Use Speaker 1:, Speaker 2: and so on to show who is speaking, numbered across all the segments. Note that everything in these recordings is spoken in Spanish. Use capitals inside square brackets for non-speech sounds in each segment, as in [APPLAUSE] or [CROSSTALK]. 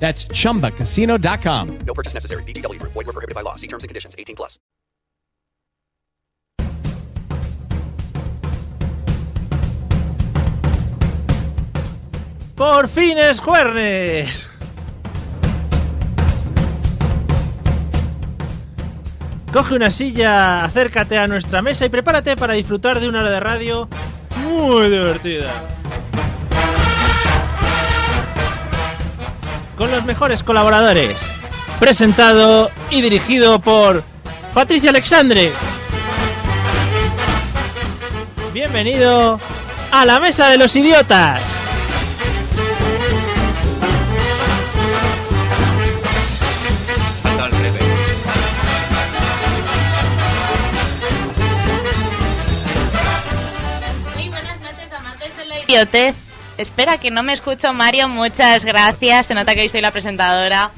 Speaker 1: That's chumbacasino.com.
Speaker 2: No purchase necessary. VGW Group. Void were prohibited by law. See terms and conditions. 18 plus.
Speaker 3: Por fin es jueves. Coge una silla, acércate a nuestra mesa y prepárate para disfrutar de una hora de radio muy divertida. Con los mejores colaboradores. Presentado y dirigido por Patricia Alexandre. Bienvenido a la Mesa de los Idiotas.
Speaker 4: Muy buenas noches, amantes de la idiotez. Espera que no me escucho, Mario. Muchas gracias. Se nota que hoy soy la presentadora.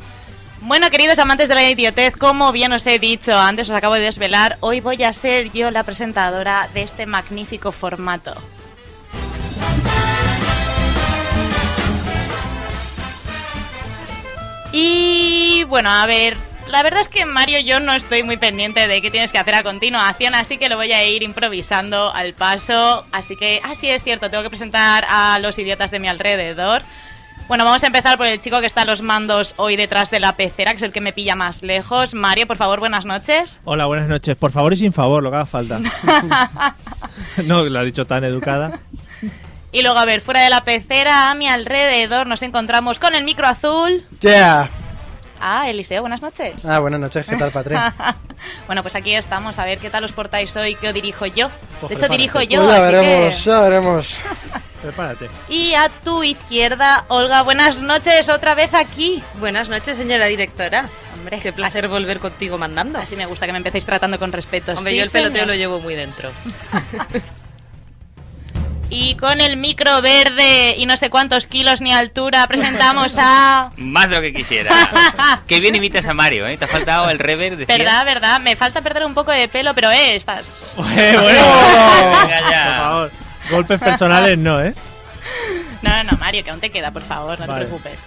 Speaker 4: Bueno, queridos amantes de la idiotez, como bien os he dicho antes, os acabo de desvelar, hoy voy a ser yo la presentadora de este magnífico formato. Y bueno, a ver, la verdad es que Mario yo no estoy muy pendiente de qué tienes que hacer a continuación, así que lo voy a ir improvisando al paso. Así que, así es cierto, tengo que presentar a los idiotas de mi alrededor. Bueno, vamos a empezar por el chico que está a los mandos hoy detrás de la pecera, que es el que me pilla más lejos. Mario, por favor, buenas noches.
Speaker 3: Hola, buenas noches. Por favor y sin favor, lo que haga falta. no, lo ha dicho tan educada.
Speaker 4: Y luego, a ver, fuera de la pecera, a mi alrededor nos encontramos con el micro azul.
Speaker 5: Ya.
Speaker 4: Ah, Eliseo, buenas noches.
Speaker 5: Ah, buenas noches, ¿qué tal, Patri?
Speaker 4: bueno, pues aquí estamos, a ver qué tal os portáis hoy, qué os dirijo yo. De
Speaker 3: Pues
Speaker 4: hecho, dirijo yo.
Speaker 5: Pues ya
Speaker 4: así que-
Speaker 5: veremos, ya
Speaker 4: [LAUGHS]
Speaker 5: veremos.
Speaker 3: Prepárate. [LAUGHS]
Speaker 4: Y a tu izquierda, Olga, buenas noches otra vez aquí.
Speaker 6: Buenas noches, señora directora.
Speaker 4: Hombre,
Speaker 6: Qué placer volver contigo mandando.
Speaker 4: Así, así me gusta que me empecéis tratando con respeto.
Speaker 6: Hombre,
Speaker 4: Sí,
Speaker 6: yo el peloteo
Speaker 4: señor.
Speaker 6: lo llevo muy dentro.
Speaker 4: Y con el micro verde y no sé cuántos kilos ni altura presentamos
Speaker 6: [LAUGHS]
Speaker 4: a...
Speaker 7: Más de lo que quisiera. Qué bien imitas a Mario, ¿eh? Te ha faltado el rever de
Speaker 4: ¿Verdad, verdad? Me falta perder un poco de pelo, pero eh, estás...
Speaker 7: Venga ya.
Speaker 3: Por favor, golpes personales no, ¿eh?
Speaker 4: No, no, no, Mario, que aún te queda, por favor, no
Speaker 3: Vale.
Speaker 4: te preocupes.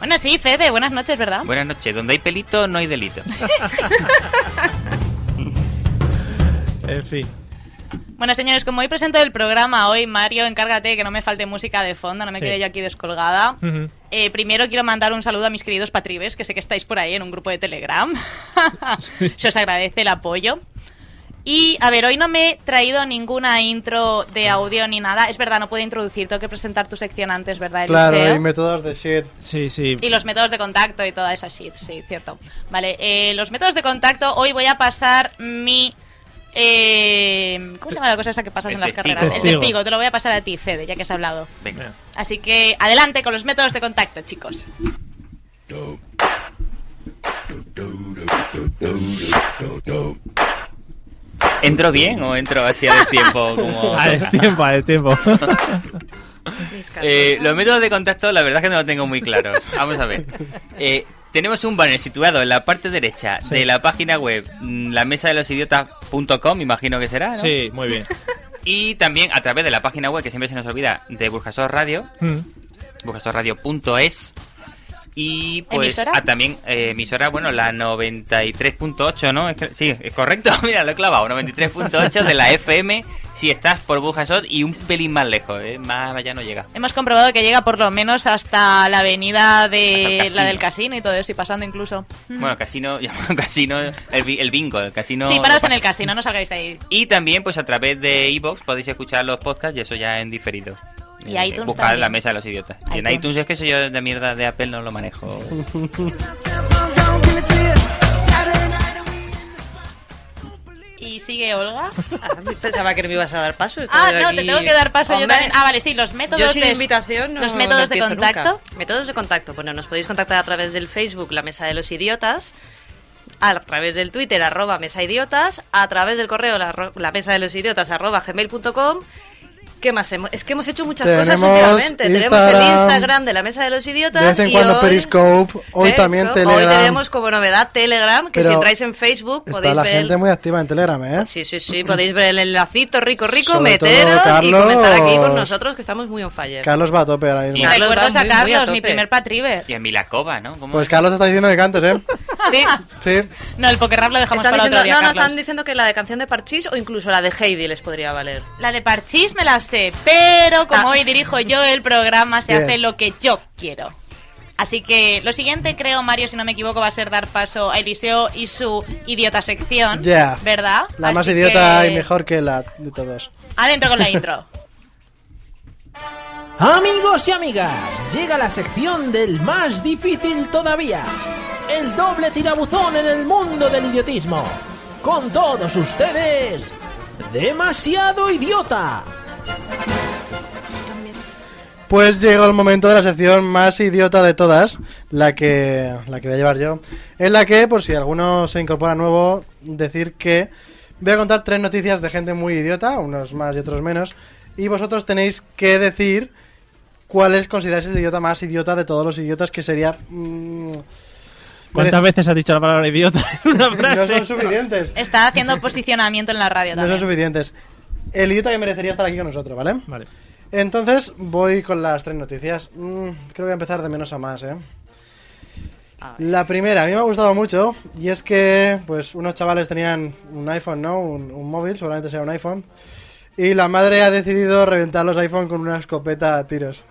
Speaker 4: Bueno, sí, Fede, buenas noches, ¿verdad?
Speaker 7: Buenas noches. Donde hay pelito, no hay delito.
Speaker 3: En fin.
Speaker 4: Bueno, señores, como hoy presento el programa hoy, Mario, encárgate que no me falte música de fondo, no me
Speaker 3: Sí.
Speaker 4: quede yo aquí descolgada.
Speaker 5: Mm.
Speaker 3: Ujú.
Speaker 4: Eh, primero quiero mandar un saludo a mis queridos patribes, que sé que estáis por ahí en un grupo de
Speaker 5: [LAUGHS]
Speaker 4: Telegram. Se os agradece el apoyo. Y, a ver, hoy no me he traído ninguna intro de audio ni nada. Es verdad, no puedo introducir, tengo que presentar tu sección antes, ¿verdad,
Speaker 5: Claro,
Speaker 4: Eliseo?
Speaker 5: y métodos de shit.
Speaker 3: Sí, sí.
Speaker 4: Y los métodos de contacto y toda esa shit, sí, cierto. Vale, eh, los métodos de contacto, hoy voy a pasar mi... eh, ¿Cómo se llama la cosa esa que pasas
Speaker 7: El
Speaker 4: en las
Speaker 7: testigo.
Speaker 4: carreras? El
Speaker 3: Testigo.
Speaker 4: testigo, te lo voy a pasar a ti, Fede, ya que has hablado.
Speaker 7: Venga.
Speaker 4: Así que adelante con los métodos de contacto, chicos.
Speaker 7: ¿Entro bien o entro así a destiempo? Como...
Speaker 3: [LAUGHS]
Speaker 7: [LAUGHS]
Speaker 3: A destiempo, a destiempo.
Speaker 6: Mis
Speaker 7: Eh,
Speaker 6: casas.
Speaker 7: los métodos de contacto, la verdad es que no lo tengo muy claro. Vamos a ver. Eh, tenemos un banner situado en la parte derecha de la página web, mm, lamesadelosidiotas.com, imagino que será, ¿no?
Speaker 3: sí, muy bien.
Speaker 7: Y también a través de la página web, que siempre se nos olvida, de Burjasor Radio,
Speaker 3: Mm.
Speaker 7: burjasorradio.es y pues
Speaker 4: ¿Emisora?
Speaker 7: ah, también eh, emisora, bueno, la 93.8, ¿no? Es que- sí, es correcto, [LAUGHS] mira, lo he clavado, 93.8 de la FM si estás por Burjasot y un pelín más lejos, ¿eh? más allá no llega.
Speaker 4: Hemos comprobado que llega por lo menos hasta la avenida de
Speaker 7: Hasta el casino.
Speaker 4: la del casino y todo eso, y pasando incluso.
Speaker 7: Bueno, casino, [LAUGHS] llamado casino, el, bi- el bingo, el casino.
Speaker 4: Mm. sí, paraos en el casino, no salgáis de ahí.
Speaker 7: Y también pues a través de iBox podéis escuchar los podcasts y eso ya en diferido.
Speaker 4: Y iTunes
Speaker 7: buscar
Speaker 4: también.
Speaker 7: la mesa de los idiotas. Y en
Speaker 4: iTunes.
Speaker 7: iTunes es que eso yo de mierda de Apple no
Speaker 4: [LAUGHS]
Speaker 7: lo manejo.
Speaker 4: Y sigue
Speaker 6: [LAUGHS]
Speaker 4: Olga.
Speaker 6: Ah, Pensaba que no me ibas a dar paso. estoy
Speaker 4: Ah,
Speaker 6: yo
Speaker 4: no,
Speaker 6: aquí-
Speaker 4: te tengo que dar paso yo
Speaker 6: Hombre,
Speaker 4: también. Ah, vale, sí, los métodos
Speaker 6: Yo sin
Speaker 4: de
Speaker 6: invitación no-
Speaker 4: los
Speaker 6: no
Speaker 4: métodos de
Speaker 6: empiezo nunca.
Speaker 4: contacto.
Speaker 6: Métodos de contacto. Bueno, nos podéis contactar a través del Facebook, La Mesa de los Idiotas. a través del Twitter arroba mesaidiotas, a través del correo la, ro- la mesa de los idiotas arroba gmail.com. ¿Qué más hemos? Es que hemos hecho muchas cosas
Speaker 5: Tenemos
Speaker 6: últimamente. Tenemos el
Speaker 5: Instagram.
Speaker 6: Instagram de la mesa de los idiotas.
Speaker 5: De vez en
Speaker 6: y
Speaker 5: cuando
Speaker 6: hoy-
Speaker 5: Periscope, hoy también
Speaker 6: Periscope. Hoy
Speaker 5: Telegram.
Speaker 6: tenemos como novedad Telegram, que
Speaker 5: Pero
Speaker 6: si entráis en Facebook
Speaker 5: Está
Speaker 6: podéis
Speaker 5: la
Speaker 6: ver.
Speaker 5: gente muy activa en Telegram, ¿eh?
Speaker 4: Pues
Speaker 6: Sí, sí, sí, podéis ver el enlacito rico, rico,
Speaker 5: Sobre todo,
Speaker 6: meteros y
Speaker 5: Carlos-
Speaker 6: comentar aquí con nosotros que estamos muy on fire.
Speaker 5: Carlos va a tope ahora mismo.
Speaker 7: Y- Carlos
Speaker 4: Recuerdos
Speaker 6: va
Speaker 4: a
Speaker 6: muy, muy a
Speaker 4: Carlos, mi
Speaker 6: tope.
Speaker 4: primer patriver.
Speaker 7: Y a Milakova, ¿no? ¿Cómo
Speaker 5: Pues
Speaker 7: es?
Speaker 5: Carlos está diciendo que cantes,
Speaker 4: [LAUGHS]
Speaker 5: ¿eh?
Speaker 6: Sí.
Speaker 5: Sí.
Speaker 4: No, el poker rap lo dejamos
Speaker 6: Están
Speaker 4: para
Speaker 6: diciendo,
Speaker 4: otro día,
Speaker 6: no, no,
Speaker 4: Carlos.
Speaker 6: están diciendo que la de canción de Parchís o incluso la de Heidi les podría valer.
Speaker 4: La de Parchís me la sé, pero como
Speaker 6: Ah.
Speaker 4: hoy dirijo yo el programa, se
Speaker 5: Bien.
Speaker 4: hace lo que yo quiero. Así que lo siguiente, creo, Mario, si no me equivoco, va a ser dar paso a Eliseo y su idiota sección.
Speaker 5: Ya.
Speaker 4: ¿Verdad?
Speaker 5: La más
Speaker 4: Así
Speaker 5: idiota
Speaker 4: que,
Speaker 5: y mejor que la de todos.
Speaker 4: Adentro con
Speaker 5: [LAUGHS]
Speaker 4: la intro.
Speaker 8: Amigos y amigas, llega la sección del más difícil todavía. El doble tirabuzón en el mundo del idiotismo. Con todos ustedes, demasiado idiota.
Speaker 5: Pues llegó el momento de la sección más idiota de todas, la que, la que voy a llevar yo. En la que, por si alguno se incorpora nuevo, decir que voy a contar tres noticias de gente muy idiota, unos más y otros menos, y vosotros tenéis que decir cuáles consideráis el idiota más idiota de todos los idiotas, que sería... mm,
Speaker 3: ¿Cuántas veces has dicho la palabra idiota en una
Speaker 5: [LAUGHS] no
Speaker 3: frase? [LAUGHS]
Speaker 5: son suficientes.
Speaker 4: Está haciendo posicionamiento en la radio
Speaker 5: No son
Speaker 4: también.
Speaker 5: suficientes. El idiota que merecería estar aquí con nosotros, ¿vale?
Speaker 3: Vale.
Speaker 5: Entonces, voy con las tres noticias. Mm, creo que voy a empezar de menos a más, ¿eh?
Speaker 6: A ver.
Speaker 5: La primera, a mí me ha gustado mucho, y es que, pues, unos chavales tenían un iPhone, ¿no? Un, un móvil, seguramente sea un iPhone. Y la madre ha decidido reventar los iPhone con una escopeta a
Speaker 6: [LAUGHS]
Speaker 5: tiros.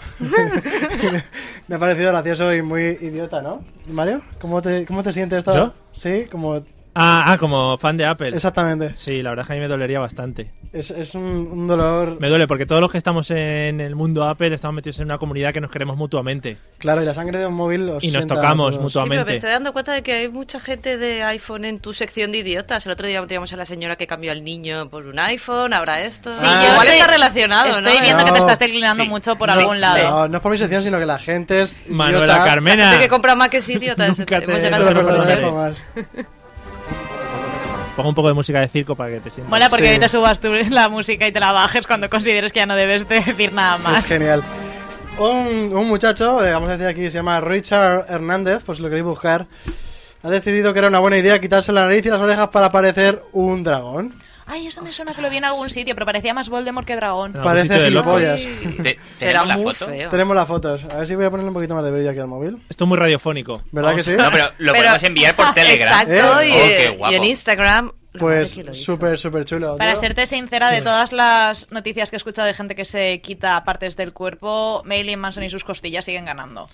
Speaker 5: [LAUGHS] me ha parecido gracioso y muy idiota, ¿no? Mario, ¿cómo te, cómo te sientes esto?
Speaker 3: ¿Yo?
Speaker 5: Sí, como...
Speaker 3: Ah, ah, como fan de Apple.
Speaker 5: Exactamente.
Speaker 3: Sí, la verdad es que a mí me dolería bastante.
Speaker 5: Es, es un, un dolor...
Speaker 3: Me duele porque todos los que estamos en el mundo Apple estamos metidos en una comunidad que nos queremos mutuamente.
Speaker 5: Claro, y la sangre de un móvil os
Speaker 3: Y nos
Speaker 5: sienta a
Speaker 3: tocamos
Speaker 5: todos.
Speaker 6: Sí, pero
Speaker 3: mutuamente.
Speaker 6: me estoy dando cuenta de que hay mucha gente de iPhone en tu sección de idiotas. El otro día teníamos a la señora que cambió al niño por un iPhone, ahora esto.
Speaker 4: Sí,
Speaker 5: Ah.
Speaker 4: yo
Speaker 6: Igual
Speaker 4: estoy-
Speaker 6: está relacionado,
Speaker 4: Estoy
Speaker 6: ¿no?
Speaker 4: viendo que te
Speaker 5: No.
Speaker 4: estás declinando
Speaker 7: Sí.
Speaker 4: mucho por
Speaker 7: Sí.
Speaker 4: algún lado.
Speaker 5: No, no es por mi sección, sino que la gente es.
Speaker 3: Manuela
Speaker 5: idiota.
Speaker 3: Carmena.
Speaker 6: Gente que compra más que es idiota. es-
Speaker 3: Nunca te-
Speaker 6: hemos
Speaker 5: Pero,
Speaker 6: llegado a
Speaker 5: pero,
Speaker 6: ese
Speaker 5: pero,
Speaker 6: punto.
Speaker 3: Carmena.
Speaker 5: dejo más.
Speaker 3: Pongo un poco de música de circo para que te sientas.
Speaker 4: Mola porque
Speaker 5: Sí.
Speaker 4: ahorita subas tú la música y te la bajes cuando consideres que ya no debes de decir nada
Speaker 5: Es
Speaker 4: más.
Speaker 5: genial. Un, un muchacho, eh, vamos a decir aquí, se llama Richard Hernández, pues si lo queréis buscar, ha decidido que era una buena idea quitarse la nariz y las orejas para parecer un dragón.
Speaker 4: Ay, eso me suena que lo vi en algún sitio, pero parecía más Voldemort que dragón.
Speaker 3: No.
Speaker 5: Parece
Speaker 3: sitio de locos.
Speaker 5: gilipollas.
Speaker 7: ¿Te-
Speaker 6: Será
Speaker 7: tenemos la
Speaker 6: muy
Speaker 7: foto?
Speaker 6: feo.
Speaker 5: Tenemos las fotos. A ver si voy a ponerle un poquito más de brillo aquí al móvil.
Speaker 3: Esto es muy radiofónico.
Speaker 5: ¿Verdad que sí?
Speaker 7: [LAUGHS] No, pero lo
Speaker 6: Pero-
Speaker 7: podemos enviar por Telegram.
Speaker 6: [LAUGHS] Exacto,
Speaker 5: ¿Eh?
Speaker 6: y,
Speaker 7: Oh, qué
Speaker 6: y en
Speaker 7: guapo.
Speaker 6: Instagram. la madre
Speaker 5: Pues
Speaker 6: que lo hizo.
Speaker 5: súper, súper chulo.
Speaker 4: Para
Speaker 5: Yo-
Speaker 4: serte sincera, de todas las noticias que he escuchado de gente que se quita partes del cuerpo, Marilyn Manson y sus costillas siguen ganando.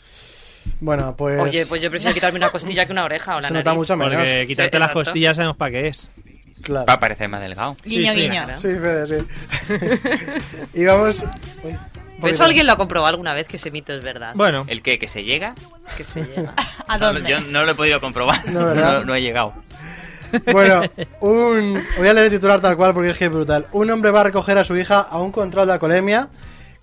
Speaker 5: Bueno, pues.
Speaker 6: Oye, pues yo prefiero quitarme una costilla que una oreja o la
Speaker 5: se nota
Speaker 6: nariz.
Speaker 5: mucho menos.
Speaker 3: Porque quitarte
Speaker 6: Sí,
Speaker 3: las
Speaker 6: exacto.
Speaker 3: costillas sabemos para qué es.
Speaker 5: Claro.
Speaker 7: Para parecer más delgado.
Speaker 4: Guiño,
Speaker 3: sí.
Speaker 4: guiño.
Speaker 5: Sí, Fede, sí. [LAUGHS] y vamos. Uy, un
Speaker 6: Pero
Speaker 5: poquito.
Speaker 6: Eso alguien lo ha comprobado alguna vez, que ese mito es verdad.
Speaker 3: Bueno,
Speaker 7: ¿El qué? ¿Que se llega?
Speaker 6: Que se llega.
Speaker 4: ¿A
Speaker 7: No,
Speaker 4: dónde?
Speaker 7: yo no lo he podido comprobar.
Speaker 5: No, ¿verdad?
Speaker 7: [LAUGHS] No, no he llegado.
Speaker 5: Bueno, un... voy a leer el titular tal cual porque es que es brutal. Un hombre va a recoger a su hija a un control de alcoholemia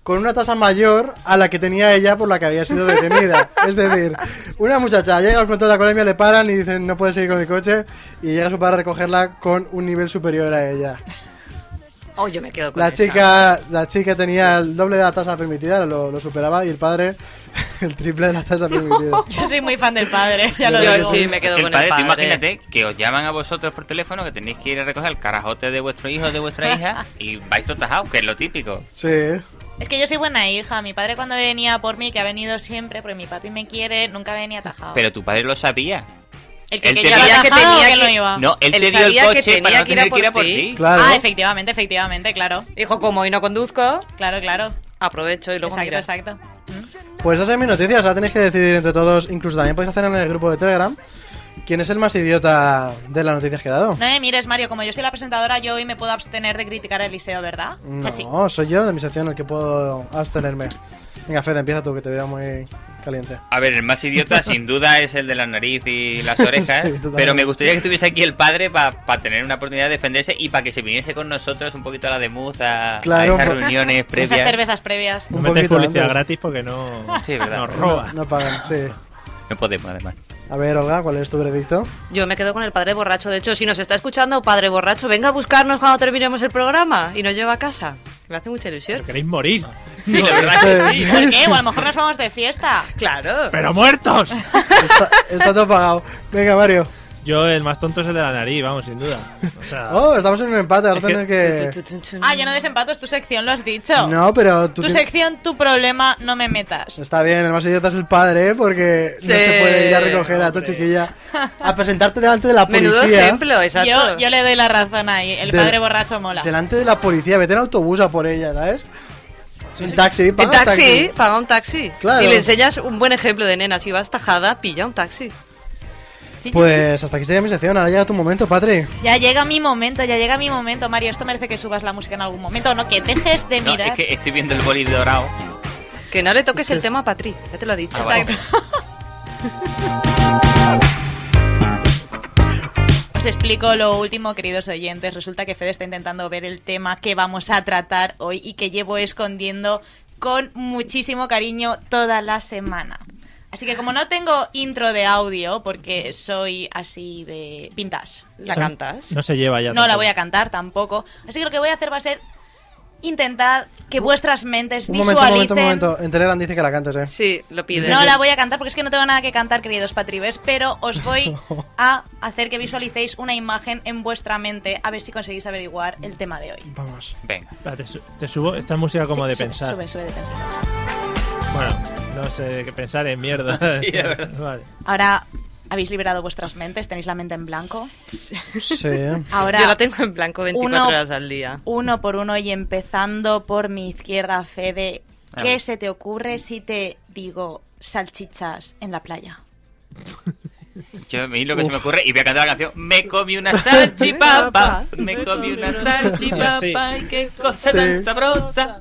Speaker 5: con una tasa mayor a la que tenía ella por la que había sido
Speaker 6: [LAUGHS]
Speaker 5: detenida. Es decir, una muchacha llega al control de alcoholemia, le paran y dicen no puedes seguir con el coche y llega su padre a recogerla con un nivel superior a ella.
Speaker 6: Oh, yo me quedo con
Speaker 5: La
Speaker 6: esa.
Speaker 5: chica, la chica tenía el doble de la tasa permitida, lo, lo superaba y el padre [LAUGHS] el triple de la tasa
Speaker 6: [LAUGHS]
Speaker 5: permitida.
Speaker 4: [LAUGHS] Yo soy muy fan del padre, ya lo
Speaker 6: Yo
Speaker 4: digo.
Speaker 6: sí me quedo
Speaker 7: Es que
Speaker 6: con
Speaker 7: el padre,
Speaker 6: el padre.
Speaker 7: tú imagínate que os llaman a vosotros por teléfono que tenéis que ir a recoger el carajote de vuestro hijo o de vuestra hija y vais totajados, que es lo típico.
Speaker 5: Sí.
Speaker 4: Es que yo soy buena hija. Mi padre cuando venía por mí, que ha venido siempre, porque mi papi me quiere, nunca venía atajado.
Speaker 7: Pero tu padre lo sabía.
Speaker 4: el que,
Speaker 7: él
Speaker 4: que
Speaker 7: te
Speaker 4: yo iba
Speaker 7: veía
Speaker 6: que
Speaker 4: atajado o
Speaker 6: tenía
Speaker 4: que no
Speaker 6: que-
Speaker 4: iba.
Speaker 7: No, él,
Speaker 6: Ah. Él
Speaker 7: te dio el
Speaker 6: sabía que
Speaker 7: coche para
Speaker 6: tenía que
Speaker 7: no
Speaker 6: ir a
Speaker 7: tener que ir a
Speaker 6: por
Speaker 7: por
Speaker 6: ti.
Speaker 7: ti.
Speaker 5: Claro.
Speaker 4: Ah, efectivamente, efectivamente, claro.
Speaker 6: Dijo, como hoy no conduzco,
Speaker 4: Claro, claro.
Speaker 6: aprovecho y luego
Speaker 4: Exacto,
Speaker 6: mira.
Speaker 4: exacto.
Speaker 5: Pues esas son mis noticias, ahora tenéis que decidir entre todos, incluso también podéis hacer en el grupo de Telegram, quién es el más idiota de las noticias que he dado.
Speaker 4: No me mires, Mario, como yo soy la presentadora, yo hoy me puedo abstener de criticar a Eliseo, ¿verdad? Chachi.
Speaker 5: No, soy yo de mi sección el que puedo abstenerme. Venga, Fede, empieza tú, que te veo muy caliente.
Speaker 7: A ver, el más idiota sin duda es el de la nariz y las orejas,
Speaker 5: Sí, totalmente.
Speaker 7: pero me gustaría que estuviese aquí el padre para tener una oportunidad de defenderse y para que se viniese con nosotros un poquito a la de Muz a, a
Speaker 5: Claro,
Speaker 7: esas
Speaker 5: por-
Speaker 7: reuniones
Speaker 4: Esas
Speaker 5: ¿eh?
Speaker 7: previas.
Speaker 4: cervezas previas.
Speaker 3: no
Speaker 5: Un
Speaker 3: metes
Speaker 5: poquito
Speaker 3: publicidad
Speaker 5: antes.
Speaker 3: gratis porque no
Speaker 7: Sí, verdad.
Speaker 3: nos roba.
Speaker 5: No pagan, sí.
Speaker 7: No podemos, además.
Speaker 5: A ver, Olga, ¿cuál es tu veredicto?
Speaker 6: Yo me quedo con el padre borracho. De hecho, si nos está escuchando, padre borracho, venga a buscarnos cuando terminemos el programa y nos lleva a casa. Me hace mucha ilusión.
Speaker 3: Pero queréis morir.
Speaker 7: Sí, la verdad que sí.
Speaker 4: ¿Por qué? O a lo mejor nos vamos de fiesta.
Speaker 6: Claro.
Speaker 3: ¡Pero muertos!
Speaker 5: Está, está todo pagado. Venga, Mario.
Speaker 3: Yo, el más tonto es el de la nariz, vamos, sin duda. O sea,
Speaker 5: Oh, estamos en un empate, ahora tener que...
Speaker 4: Ah, yo no desempato, es tu sección, lo has dicho.
Speaker 5: No, pero tú...
Speaker 4: Tu
Speaker 5: tienes-
Speaker 4: sección, tu problema, no me metas.
Speaker 5: Está bien, el más idiota es el padre, ¿eh? porque no
Speaker 6: Sí,
Speaker 5: se puede ir a recoger a tu chiquilla a presentarte delante de la
Speaker 6: Menudo
Speaker 5: policía.
Speaker 6: ejemplo, exacto.
Speaker 4: Yo, yo le doy la razón ahí. El
Speaker 5: Del-
Speaker 4: padre borracho mola.
Speaker 5: Delante de la policía, vete en autobús a por ella, ¿sabes? Un taxi,
Speaker 6: En
Speaker 5: paga un
Speaker 6: taxi, paga un taxi.
Speaker 5: Claro.
Speaker 6: Y le enseñas un buen ejemplo de nena. Si vas tajada, pilla un taxi.
Speaker 4: Sí, sí,
Speaker 5: Pues hasta aquí sería mi sección, ahora llega tu momento, Patri.
Speaker 4: sí. Ya llega mi momento, ya llega mi momento, Mario. Esto merece que subas la música en algún momento, ¿o no? Que dejes de
Speaker 7: No,
Speaker 4: mirar.
Speaker 7: es que estoy viendo el boli dorado.
Speaker 6: Que no le toques el tema a Patri. Ya te lo he dicho.
Speaker 7: Ah, vale.
Speaker 4: Exacto.
Speaker 5: [LAUGHS]
Speaker 4: Os explico lo último, queridos oyentes. Resulta que Fede está intentando ver el tema que vamos a tratar hoy y que llevo escondiendo con muchísimo cariño toda la semana. Así que como no tengo intro de audio, porque soy así de pintas,
Speaker 6: La cantas.
Speaker 3: no se lleva ya.
Speaker 4: no la
Speaker 3: tampoco.
Speaker 4: voy a cantar tampoco. Así que lo que voy a hacer va a ser intentar que vuestras mentes
Speaker 5: Un momento, un momento,
Speaker 4: visualicen
Speaker 5: un momento. En Telegram dice que la cantes, ¿eh?
Speaker 6: Sí, lo pide.
Speaker 4: no la voy a cantar porque es que no tengo nada que cantar, queridos patribes, pero
Speaker 3: [LAUGHS]
Speaker 4: os voy a hacer que visualicéis una imagen en vuestra mente a ver si conseguís averiguar el tema de hoy.
Speaker 5: Vamos.
Speaker 7: Venga.
Speaker 3: Espera, Ah, te, su- te subo esta música como
Speaker 4: Sí,
Speaker 3: de
Speaker 4: sube,
Speaker 3: pensar.
Speaker 4: Sube, sube de pensar.
Speaker 3: Bueno, no sé de qué pensar en mierda.
Speaker 7: Sí, de verdad.
Speaker 3: [LAUGHS] Vale.
Speaker 4: Ahora habéis liberado vuestras mentes, tenéis la mente en blanco.
Speaker 5: Sí.
Speaker 4: Ahora
Speaker 6: Yo la tengo en blanco 24
Speaker 4: Uno-
Speaker 6: horas al día.
Speaker 4: uno por uno y empezando por mi izquierda, Fede,
Speaker 3: Ah.
Speaker 7: A
Speaker 4: ¿qué
Speaker 7: ver.
Speaker 4: se te ocurre si te digo salchichas en la playa?
Speaker 7: Yo a mí lo que se me ocurre y voy a cantar la canción Me comí una salchipapa, me comí una salchipapa y qué cosa tan
Speaker 5: Sí.
Speaker 7: sabrosa.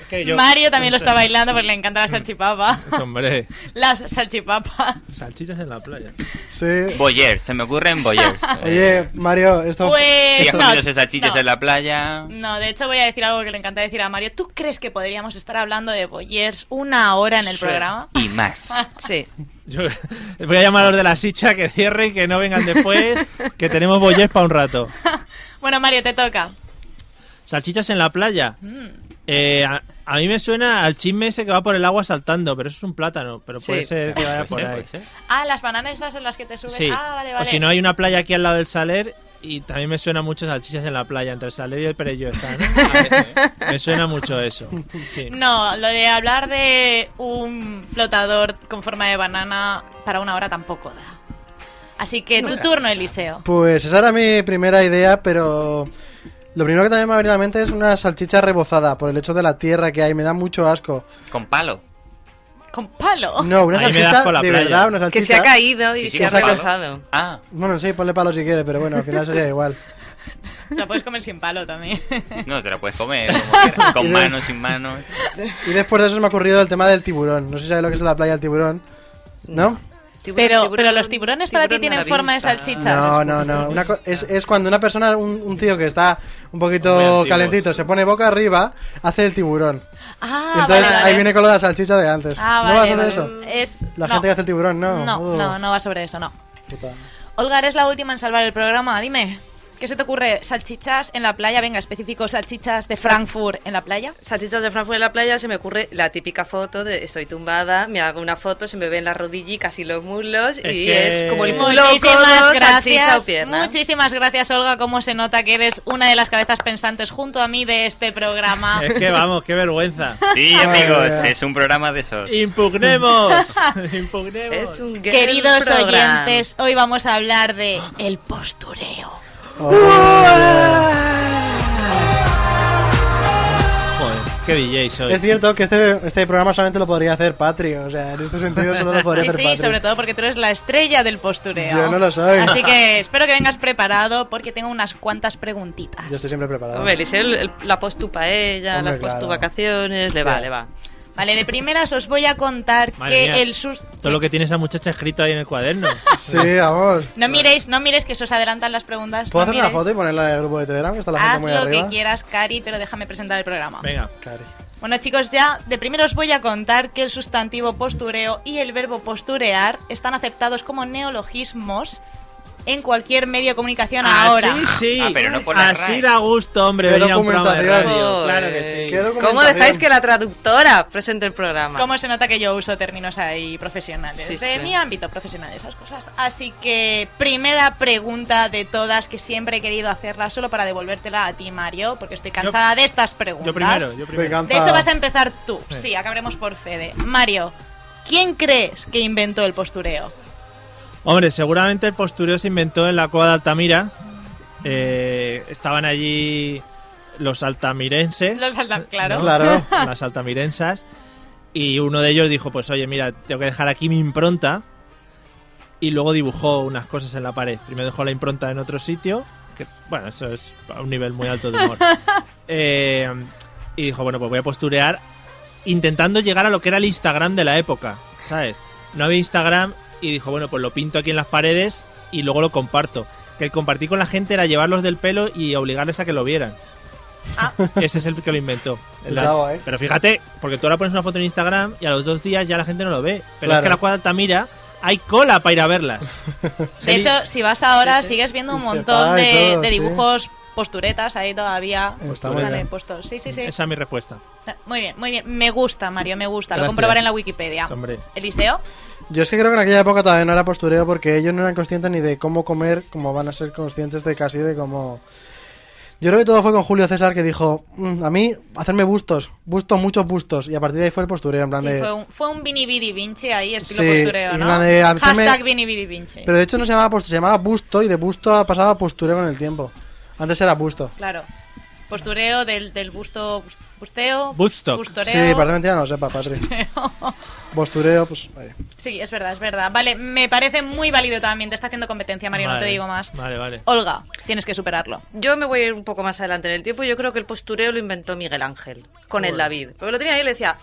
Speaker 3: Es que yo-
Speaker 4: Mario también lo está bailando porque le encanta la salchipapa.
Speaker 3: [LAUGHS] Hombre,
Speaker 4: Las salchipapas.
Speaker 3: salchichas en la playa. Pues-
Speaker 5: Sí.
Speaker 7: Boyer, se me ocurre en Boyer.
Speaker 5: Oye, Mario, esto...
Speaker 4: Pues.
Speaker 7: Tías
Speaker 4: no,
Speaker 7: comiéndose salchichas
Speaker 4: no.
Speaker 7: en la playa.
Speaker 4: No, de hecho voy a decir algo que le encanta decir a Mario. ¿Tú crees que podríamos estar hablando de Boyers una hora en el
Speaker 3: Sí.
Speaker 4: programa?
Speaker 7: Y más.
Speaker 6: Sí.
Speaker 3: Yo- [LAUGHS] voy a llamar a los de la sicha que cierren, que no vengan después, que tenemos bollés para un rato.
Speaker 4: Bueno, Mario, te toca.
Speaker 3: Salchichas en la playa. Eh, a, a mí me suena al chisme ese que va por el agua saltando, pero eso es un plátano. Pero
Speaker 6: Sí.
Speaker 3: puede ser que
Speaker 7: [LAUGHS]
Speaker 3: vaya
Speaker 7: Puede
Speaker 3: por
Speaker 7: ser,
Speaker 3: ahí.
Speaker 7: puede ser.
Speaker 4: Ah, las bananas esas en las que te subes.
Speaker 3: Sí.
Speaker 4: Ah, vale,
Speaker 3: O
Speaker 4: vale.
Speaker 3: si no, hay una playa aquí al lado del Saler y también me suena mucho salchichas en la playa. Entre el Saler y el Perello está,
Speaker 4: [LAUGHS]
Speaker 3: ¿no? eh, me suena mucho eso. Sí.
Speaker 4: No, lo de hablar de un flotador con forma de banana para una hora tampoco da. Así que tu turno, Eliseo.
Speaker 5: Pues esa era mi primera idea, pero lo primero que también me ha venido a la mente es una salchicha rebozada por el hecho de la tierra que hay, me da mucho asco.
Speaker 7: Con palo.
Speaker 4: Con palo. [LAUGHS]
Speaker 5: No, una
Speaker 3: Ahí me da
Speaker 5: salchicha
Speaker 3: asco la
Speaker 5: de
Speaker 3: playa.
Speaker 5: verdad, una salchicha.
Speaker 6: Que se ha caído y
Speaker 7: Sí, sí,
Speaker 6: se ha
Speaker 7: con palo.
Speaker 6: rozado.
Speaker 7: Ah,
Speaker 5: Bueno, sí, ponle palo si quieres, pero bueno, al final sería igual.
Speaker 4: Lo puedes comer sin
Speaker 3: [LAUGHS]
Speaker 4: palo también.
Speaker 7: no, te la puedes comer como quieras. Con
Speaker 5: Tienes-
Speaker 7: mano, sin mano.
Speaker 5: Y después de eso se me ha ocurrido el tema del tiburón. No sé si sabéis lo que es la playa del tiburón. ¿No?
Speaker 6: Tiburón,
Speaker 4: Pero,
Speaker 6: tiburón,
Speaker 4: pero los tiburones para ti
Speaker 6: tiburón a
Speaker 4: tienen
Speaker 6: la
Speaker 4: forma de
Speaker 6: vista.
Speaker 4: salchicha.
Speaker 5: No, no, no. Una co- es, es cuando una persona, un, un tío que está un
Speaker 3: Muy
Speaker 5: poquito
Speaker 3: antiguos.
Speaker 5: calentito, se pone boca arriba, hace el tiburón.
Speaker 4: Ah,
Speaker 5: Y entonces
Speaker 4: vale, vale.
Speaker 5: ahí viene con lo de la salchicha de antes.
Speaker 4: Ah,
Speaker 5: ¿No va
Speaker 4: vale,
Speaker 5: sobre
Speaker 4: vale.
Speaker 5: eso?
Speaker 4: Es...
Speaker 5: La
Speaker 4: no.
Speaker 5: gente que hace el tiburón, no.
Speaker 4: No,
Speaker 5: Uh,
Speaker 4: no, no va sobre eso, no.
Speaker 5: puta.
Speaker 4: Olga, eres la última en salvar el programa. Dime, ¿qué se te ocurre? ¿Salchichas en la playa? Venga, específico, salchichas de Frankfurt en la playa.
Speaker 6: Salchichas de Frankfurt en la playa, se me ocurre la típica foto de estoy tumbada, me hago una foto, se me ven las rodillas y casi los
Speaker 3: Es
Speaker 6: muslos y
Speaker 3: que-
Speaker 6: es como el muslo,
Speaker 4: Muchísimas
Speaker 6: codo, salchicha o
Speaker 4: gracias.
Speaker 6: pierna.
Speaker 4: Muchísimas gracias, Olga. Cómo se nota que eres una de las cabezas pensantes junto a mí de este programa.
Speaker 3: [LAUGHS] Es que vamos, qué vergüenza.
Speaker 7: Sí, amigos, es un programa de esos.
Speaker 4: [LAUGHS]
Speaker 3: Impugnemos. Impugnemos.
Speaker 6: Es un girl
Speaker 4: Queridos
Speaker 6: program.
Speaker 4: oyentes, hoy vamos a hablar de el postureo.
Speaker 5: Uh,
Speaker 3: Joder, qué DJ soy.
Speaker 5: Es cierto que este, este programa solamente lo podría hacer Patri, o sea, en este sentido solo lo podría
Speaker 4: Sí,
Speaker 5: hacer
Speaker 4: sí,
Speaker 5: Patri.
Speaker 4: sobre todo porque tú eres la estrella del postureo.
Speaker 5: Yo no lo soy.
Speaker 4: Así que espero que vengas preparado porque tengo unas cuantas preguntitas.
Speaker 5: Yo estoy siempre preparado.
Speaker 6: Hombre, Eliseo, el- el- la post tu paella,
Speaker 5: Hombre,
Speaker 6: la post tu
Speaker 5: claro.
Speaker 6: vacaciones, le va, le va.
Speaker 4: Vale, de primeras os voy a contar
Speaker 3: Madre
Speaker 4: que
Speaker 3: mía,
Speaker 4: el sus...
Speaker 3: Todo lo que tiene esa muchacha escrito ahí en el cuaderno.
Speaker 5: Sí, vamos.
Speaker 4: No miréis, no miréis que se os adelantan las preguntas.
Speaker 5: ¿Puedo
Speaker 4: no
Speaker 5: hacer una
Speaker 4: miréis.
Speaker 5: foto y ponerla en el grupo de Telegram? Que está la
Speaker 4: Pues Haz
Speaker 5: gente muy
Speaker 4: lo
Speaker 5: arriba.
Speaker 4: que quieras, Cari, pero déjame presentar el programa.
Speaker 3: Venga.
Speaker 5: Cari.
Speaker 4: Bueno, chicos, ya de primero os voy a contar que el sustantivo postureo y el verbo posturear están aceptados como neologismos en cualquier medio de comunicación ahora.
Speaker 3: Así sí.
Speaker 7: Ah, pero no pone
Speaker 3: Así
Speaker 7: RAE.
Speaker 3: da gusto, hombre,
Speaker 5: Qué
Speaker 3: venir a un programa de
Speaker 5: documentación.
Speaker 3: radio. Claro que sí.
Speaker 5: Qué
Speaker 6: ¿Cómo
Speaker 5: documentación.
Speaker 6: dejáis que la traductora presente el programa?
Speaker 4: ¿Cómo se nota que yo uso términos ahí profesionales?
Speaker 6: Sí,
Speaker 4: de
Speaker 6: sí.
Speaker 4: mi ámbito profesional, esas cosas. Así que, primera pregunta de todas que siempre he querido hacerla, solo para devolvértela a ti, Mario, porque estoy cansada de estas preguntas.
Speaker 3: Yo primero, yo
Speaker 5: Me
Speaker 3: primero.
Speaker 5: encanta.
Speaker 4: De hecho, vas a empezar tú.
Speaker 3: Sí.
Speaker 4: Sí, acabaremos por Fede. Mario, ¿quién crees que inventó el postureo?
Speaker 3: Hombre, seguramente el postureo se inventó en la cueva de Altamira. Eh, estaban allí los altamirenses.
Speaker 4: Los alta- claro.
Speaker 5: Claro.
Speaker 3: [LAUGHS] Las altamirensas. Y uno de ellos dijo, pues oye, mira, tengo que dejar aquí mi impronta. Y luego dibujó unas cosas en la pared. Primero dejó la impronta en otro sitio. Que, bueno, eso es a un nivel muy alto de
Speaker 4: [LAUGHS]
Speaker 3: humor. Eh, y dijo, bueno, pues voy a posturear intentando llegar a lo que era el Instagram de la época, ¿sabes? No había Instagram y dijo, bueno, pues lo pinto aquí en las paredes y luego lo comparto. Que el compartir con la gente era llevarlos del pelo y obligarles a que lo vieran.
Speaker 4: Ah.
Speaker 3: [LAUGHS] Ese es el que lo inventó.
Speaker 5: Está guay.
Speaker 3: Pero fíjate, porque tú ahora pones una foto en Instagram y a los dos días ya la gente no lo ve. Pero es
Speaker 5: Claro.
Speaker 3: que la cuadra Altamira hay cola para ir a verlas.
Speaker 4: De hecho, si vas ahora,
Speaker 6: Sí, sí.
Speaker 4: sigues viendo un
Speaker 5: Y
Speaker 4: montón
Speaker 5: cepada y
Speaker 4: de,
Speaker 5: todo,
Speaker 4: de
Speaker 5: sí.
Speaker 4: dibujos posturetas ahí todavía.
Speaker 5: Está
Speaker 4: Están
Speaker 5: muy bien.
Speaker 4: ahí puestos. Sí, sí, sí.
Speaker 3: esa es mi respuesta.
Speaker 4: Muy bien, muy bien. Me gusta, Mario, me gusta. Lo
Speaker 3: Gracias.
Speaker 4: comprobaré en la Wikipedia.
Speaker 3: Hombre.
Speaker 4: Eliseo,
Speaker 5: Yo es que creo que en aquella época todavía no era postureo porque ellos no eran conscientes ni de cómo comer, como van a ser conscientes de casi de cómo... Yo creo que todo fue con Julio César que dijo, "Mm, a mí, hacerme bustos, bustos, muchos bustos. Y a partir de ahí fue el postureo, en plan
Speaker 4: sí,
Speaker 5: de...
Speaker 4: fue, un, fue un Vini Vidi Vinci ahí, estilo
Speaker 5: Sí,
Speaker 4: postureo,
Speaker 5: y
Speaker 4: ¿no?
Speaker 5: una de- a mí se me-
Speaker 4: Hashtag Vini Vidi Vinci.
Speaker 5: Pero de hecho no se llamaba postureo, se llamaba busto y de busto ha pasado a postureo con el tiempo. Antes era busto.
Speaker 4: Claro. Postureo del, del busto, bus- busteo.
Speaker 3: Bustock.
Speaker 5: Sí,
Speaker 4: Bustoreo.
Speaker 5: parece mentira, no lo sepa, Patri. Postureo, pues... ahí.
Speaker 4: Sí, es verdad, es verdad. Vale, me parece muy válido también. Te está haciendo competencia, Mario, no te
Speaker 3: Vale,
Speaker 4: digo más.
Speaker 3: Vale, vale.
Speaker 4: Olga, tienes que superarlo.
Speaker 6: Yo me voy a ir un poco más adelante en el tiempo. Yo creo que el postureo lo inventó Miguel Ángel con el David. Porque lo tenía ahí y le decía,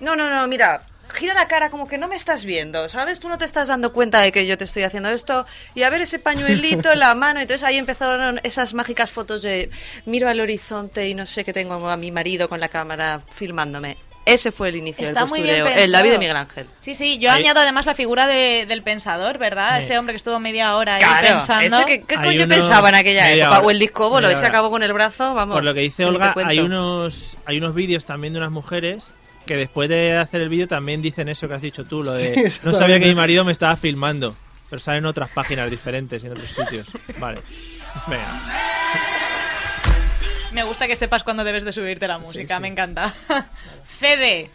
Speaker 6: no, no, no, mira, gira la cara como que no me estás viendo, ¿sabes? Tú no te estás dando cuenta de que yo te estoy haciendo esto. Y a ver ese pañuelito en la mano. Entonces ahí empezaron esas mágicas fotos de miro al horizonte y no sé qué tengo a mi marido con la cámara filmándome. Ese fue el inicio
Speaker 4: Está
Speaker 6: del
Speaker 4: muy
Speaker 6: postureo.
Speaker 4: bien
Speaker 6: el David
Speaker 4: pensado.
Speaker 6: de Miguel Ángel.
Speaker 4: Sí, sí, yo
Speaker 3: Ahí-
Speaker 4: añado además la figura de- del pensador, ¿verdad?
Speaker 3: Sí.
Speaker 4: Ese hombre que estuvo media hora ahí
Speaker 6: Claro,
Speaker 4: pensando.
Speaker 6: ese que, ¿qué
Speaker 3: Hay
Speaker 6: coño
Speaker 3: uno-
Speaker 6: pensaba en aquella
Speaker 3: media
Speaker 6: época?
Speaker 3: hora,
Speaker 6: o el disco bolo,
Speaker 3: media
Speaker 6: ese
Speaker 3: hora.
Speaker 6: acabó con el brazo, vamos.
Speaker 3: Por lo que dice
Speaker 6: ni te
Speaker 3: Olga,
Speaker 6: cuento.
Speaker 3: hay unos, hay unos vídeos también de unas mujeres que después de hacer el vídeo también dicen eso que has dicho tú, lo
Speaker 5: Sí,
Speaker 3: de
Speaker 5: eso
Speaker 3: no sabía
Speaker 5: también.
Speaker 3: que mi marido me estaba filmando, pero salen en otras páginas diferentes y en otros sitios. Vale. Venga.
Speaker 4: Me gusta que sepas cuándo debes de subirte la música, me encanta. [LAUGHS] Fede,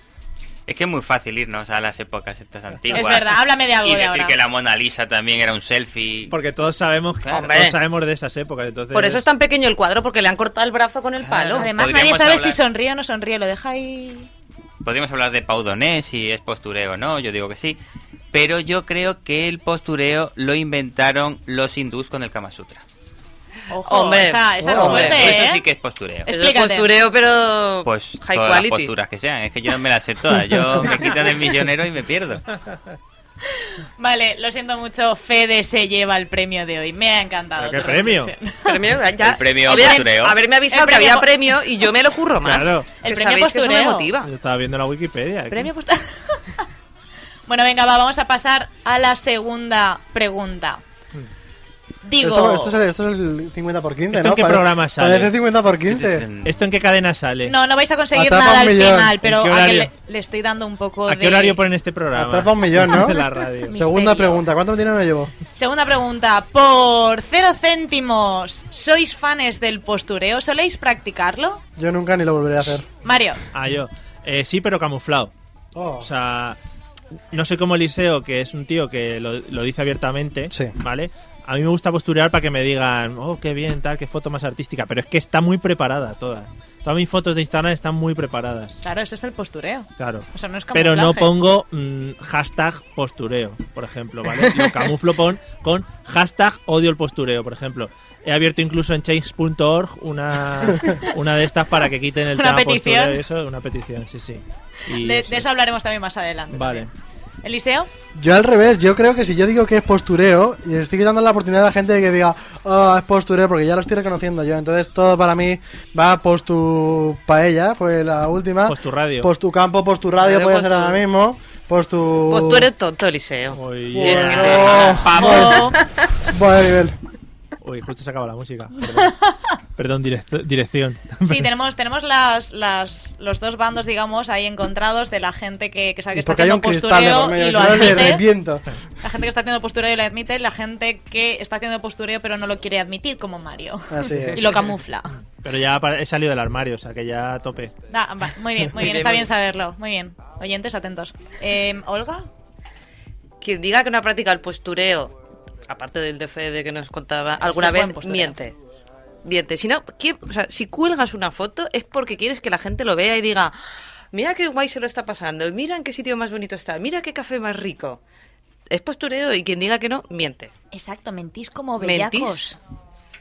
Speaker 7: Es que es muy fácil irnos a las épocas estas antiguas.
Speaker 4: es verdad, háblame de algo
Speaker 7: Y
Speaker 4: de
Speaker 7: decir
Speaker 4: ahora.
Speaker 7: que la Mona Lisa también era un selfie.
Speaker 3: Porque todos sabemos que-
Speaker 7: Hombre.
Speaker 3: todos sabemos de esas épocas, entonces
Speaker 6: Por eso es tan pequeño el cuadro, porque le han cortado el brazo con el palo.
Speaker 4: Además, nadie
Speaker 7: Podríamos
Speaker 4: sabe
Speaker 7: hablar-
Speaker 4: si sonríe o no sonríe, lo deja ahí.
Speaker 7: Podríamos hablar de Paudonés, si es postureo o no, yo digo que sí. Pero yo creo que el postureo lo inventaron los hindús con el Kama Sutra.
Speaker 4: Ojo,
Speaker 6: Hombre,
Speaker 4: esa, esa es
Speaker 5: hombre,
Speaker 4: fuerte,
Speaker 7: Pues eso
Speaker 4: ¿eh?
Speaker 7: sí que es postureo.
Speaker 4: Es-
Speaker 6: Es
Speaker 4: Explícate.
Speaker 6: postureo, pero
Speaker 7: Pues
Speaker 6: high
Speaker 7: todas las
Speaker 6: quality.
Speaker 7: posturas que sean, es que yo no me las sé todas.
Speaker 4: [LAUGHS]
Speaker 7: Yo me quitan el misionero y me pierdo.
Speaker 4: Vale, lo siento mucho, Fede se lleva el premio de hoy. Me ha encantado.
Speaker 3: ¿Pero qué
Speaker 4: tu
Speaker 3: premio?
Speaker 4: reflexión.
Speaker 6: [LAUGHS] Premio, ya-
Speaker 7: El premio
Speaker 6: Había-
Speaker 7: postureo.
Speaker 6: Haberme avisado
Speaker 4: El
Speaker 6: que
Speaker 4: premio
Speaker 6: había
Speaker 4: po-
Speaker 6: premio y yo me
Speaker 4: [LAUGHS]
Speaker 6: lo curro más.
Speaker 3: Claro.
Speaker 4: El
Speaker 6: El
Speaker 4: premio
Speaker 6: premio postureo.
Speaker 4: postureo.
Speaker 6: motiva.
Speaker 3: yo estaba viendo la Wikipedia. aquí.
Speaker 4: Premio posta- [LAUGHS] bueno, venga, va, vamos a pasar a la segunda pregunta. Digo,
Speaker 5: Esto, esto es el, esto es el 50 por 15,
Speaker 3: ¿Esto
Speaker 5: ¿no?
Speaker 3: en qué
Speaker 5: Pare-
Speaker 3: programa sale?
Speaker 5: Parece 50 por 15.
Speaker 3: ¿Esto en qué cadena sale?
Speaker 4: no, no vais a conseguir
Speaker 5: Atrapa
Speaker 4: nada
Speaker 5: un
Speaker 4: al
Speaker 5: millón.
Speaker 4: final,
Speaker 5: ¿En
Speaker 4: pero
Speaker 3: qué
Speaker 4: a que le,
Speaker 3: horario?
Speaker 4: le estoy dando un poco
Speaker 3: ¿A
Speaker 4: de...
Speaker 3: qué horario ponen este programa?
Speaker 5: Atrapa un millón, ¿no?
Speaker 3: [LAUGHS] De la radio.
Speaker 5: Segunda
Speaker 4: Misterio.
Speaker 5: pregunta, ¿cuánto dinero me llevo?
Speaker 4: Segunda pregunta, por cero céntimos, ¿sois fans del postureo? ¿Soléis practicarlo?
Speaker 5: Yo nunca ni lo volveré a hacer.
Speaker 4: Mario,
Speaker 3: Ah, yo. Eh, sí, pero camuflado. Oh. O sea, no sé cómo Eliseo, que es un tío que lo, lo dice abiertamente,
Speaker 5: Sí.
Speaker 3: ¿vale? A mí me gusta posturear para que me digan, oh, qué bien, tal, qué foto más artística. Pero es que está muy preparada todas. Todas mis fotos de Instagram están muy preparadas,
Speaker 4: claro, eso es el postureo.
Speaker 3: claro.
Speaker 4: O sea, no es
Speaker 3: Pero no
Speaker 4: camuflaje.
Speaker 3: pongo mm, hashtag postureo, por ejemplo,
Speaker 4: [LAUGHS]
Speaker 3: ¿vale? Lo camuflo pon- con hashtag odio el postureo, por ejemplo. He abierto incluso en change.org una,
Speaker 4: [LAUGHS]
Speaker 3: una de estas para que quiten el
Speaker 4: Una
Speaker 3: tema postureo
Speaker 4: petición.
Speaker 3: y eso, una petición, sí, sí. Y
Speaker 4: De,
Speaker 3: eso.
Speaker 4: de eso hablaremos también más adelante.
Speaker 3: Vale.
Speaker 4: Eliseo.
Speaker 5: Yo al revés, yo creo que si yo digo que es postureo, y estoy quitando la oportunidad a la gente de que diga, oh, es postureo, porque ya lo estoy reconociendo yo. Entonces todo para mí va postu paella, fue la última.
Speaker 3: Posturradio.
Speaker 5: Postu campo, postu radio,
Speaker 6: Radio,
Speaker 5: puede ser
Speaker 6: postu-
Speaker 5: ahora mismo. Postu.
Speaker 6: Pues tú eres tonto, Eliseo.
Speaker 3: Uy,
Speaker 5: Wow.
Speaker 6: Tienes que
Speaker 5: Oh.
Speaker 6: tener más
Speaker 4: Mo.
Speaker 6: pavo.
Speaker 5: Buen nivel.
Speaker 3: Uy, justo se acaba la [LAUGHS] música. Perdón, Perdón, directo- dirección.
Speaker 4: Sí, tenemos, tenemos las, las, los dos bandos, digamos, ahí encontrados de la gente que, que sabe que está
Speaker 5: Porque hay un
Speaker 4: haciendo
Speaker 5: cristal de por
Speaker 4: postureo
Speaker 5: medio,
Speaker 4: y
Speaker 5: si
Speaker 4: lo ¿eh?
Speaker 5: no le
Speaker 4: admite.
Speaker 5: reviento.
Speaker 4: La gente que está haciendo postureo y lo admite, y la gente que está haciendo postureo pero no lo quiere admitir, como Mario.
Speaker 5: Así es.
Speaker 4: Y lo
Speaker 5: [LAUGHS]
Speaker 4: camufla.
Speaker 3: Pero ya pa- he salido del armario, o sea que ya a tope.
Speaker 4: Ah, va, muy bien, muy bien, está bien saberlo. Muy bien. Oyentes, atentos. Eh, ¿Olga?
Speaker 6: Quien diga que no ha practicado el postureo, aparte del DF de que nos contaba alguna
Speaker 4: es buen
Speaker 6: vez,
Speaker 4: postureo.
Speaker 6: miente. Miente. Si, no, ¿quién- o sea, si cuelgas una foto es porque quieres que la gente lo vea y diga, mira qué guay se lo está pasando, mira en qué sitio más bonito está, mira qué café más rico. Es postureo y quien diga que no, miente.
Speaker 4: Exacto, mentís como
Speaker 6: Mentís.
Speaker 4: bellacos.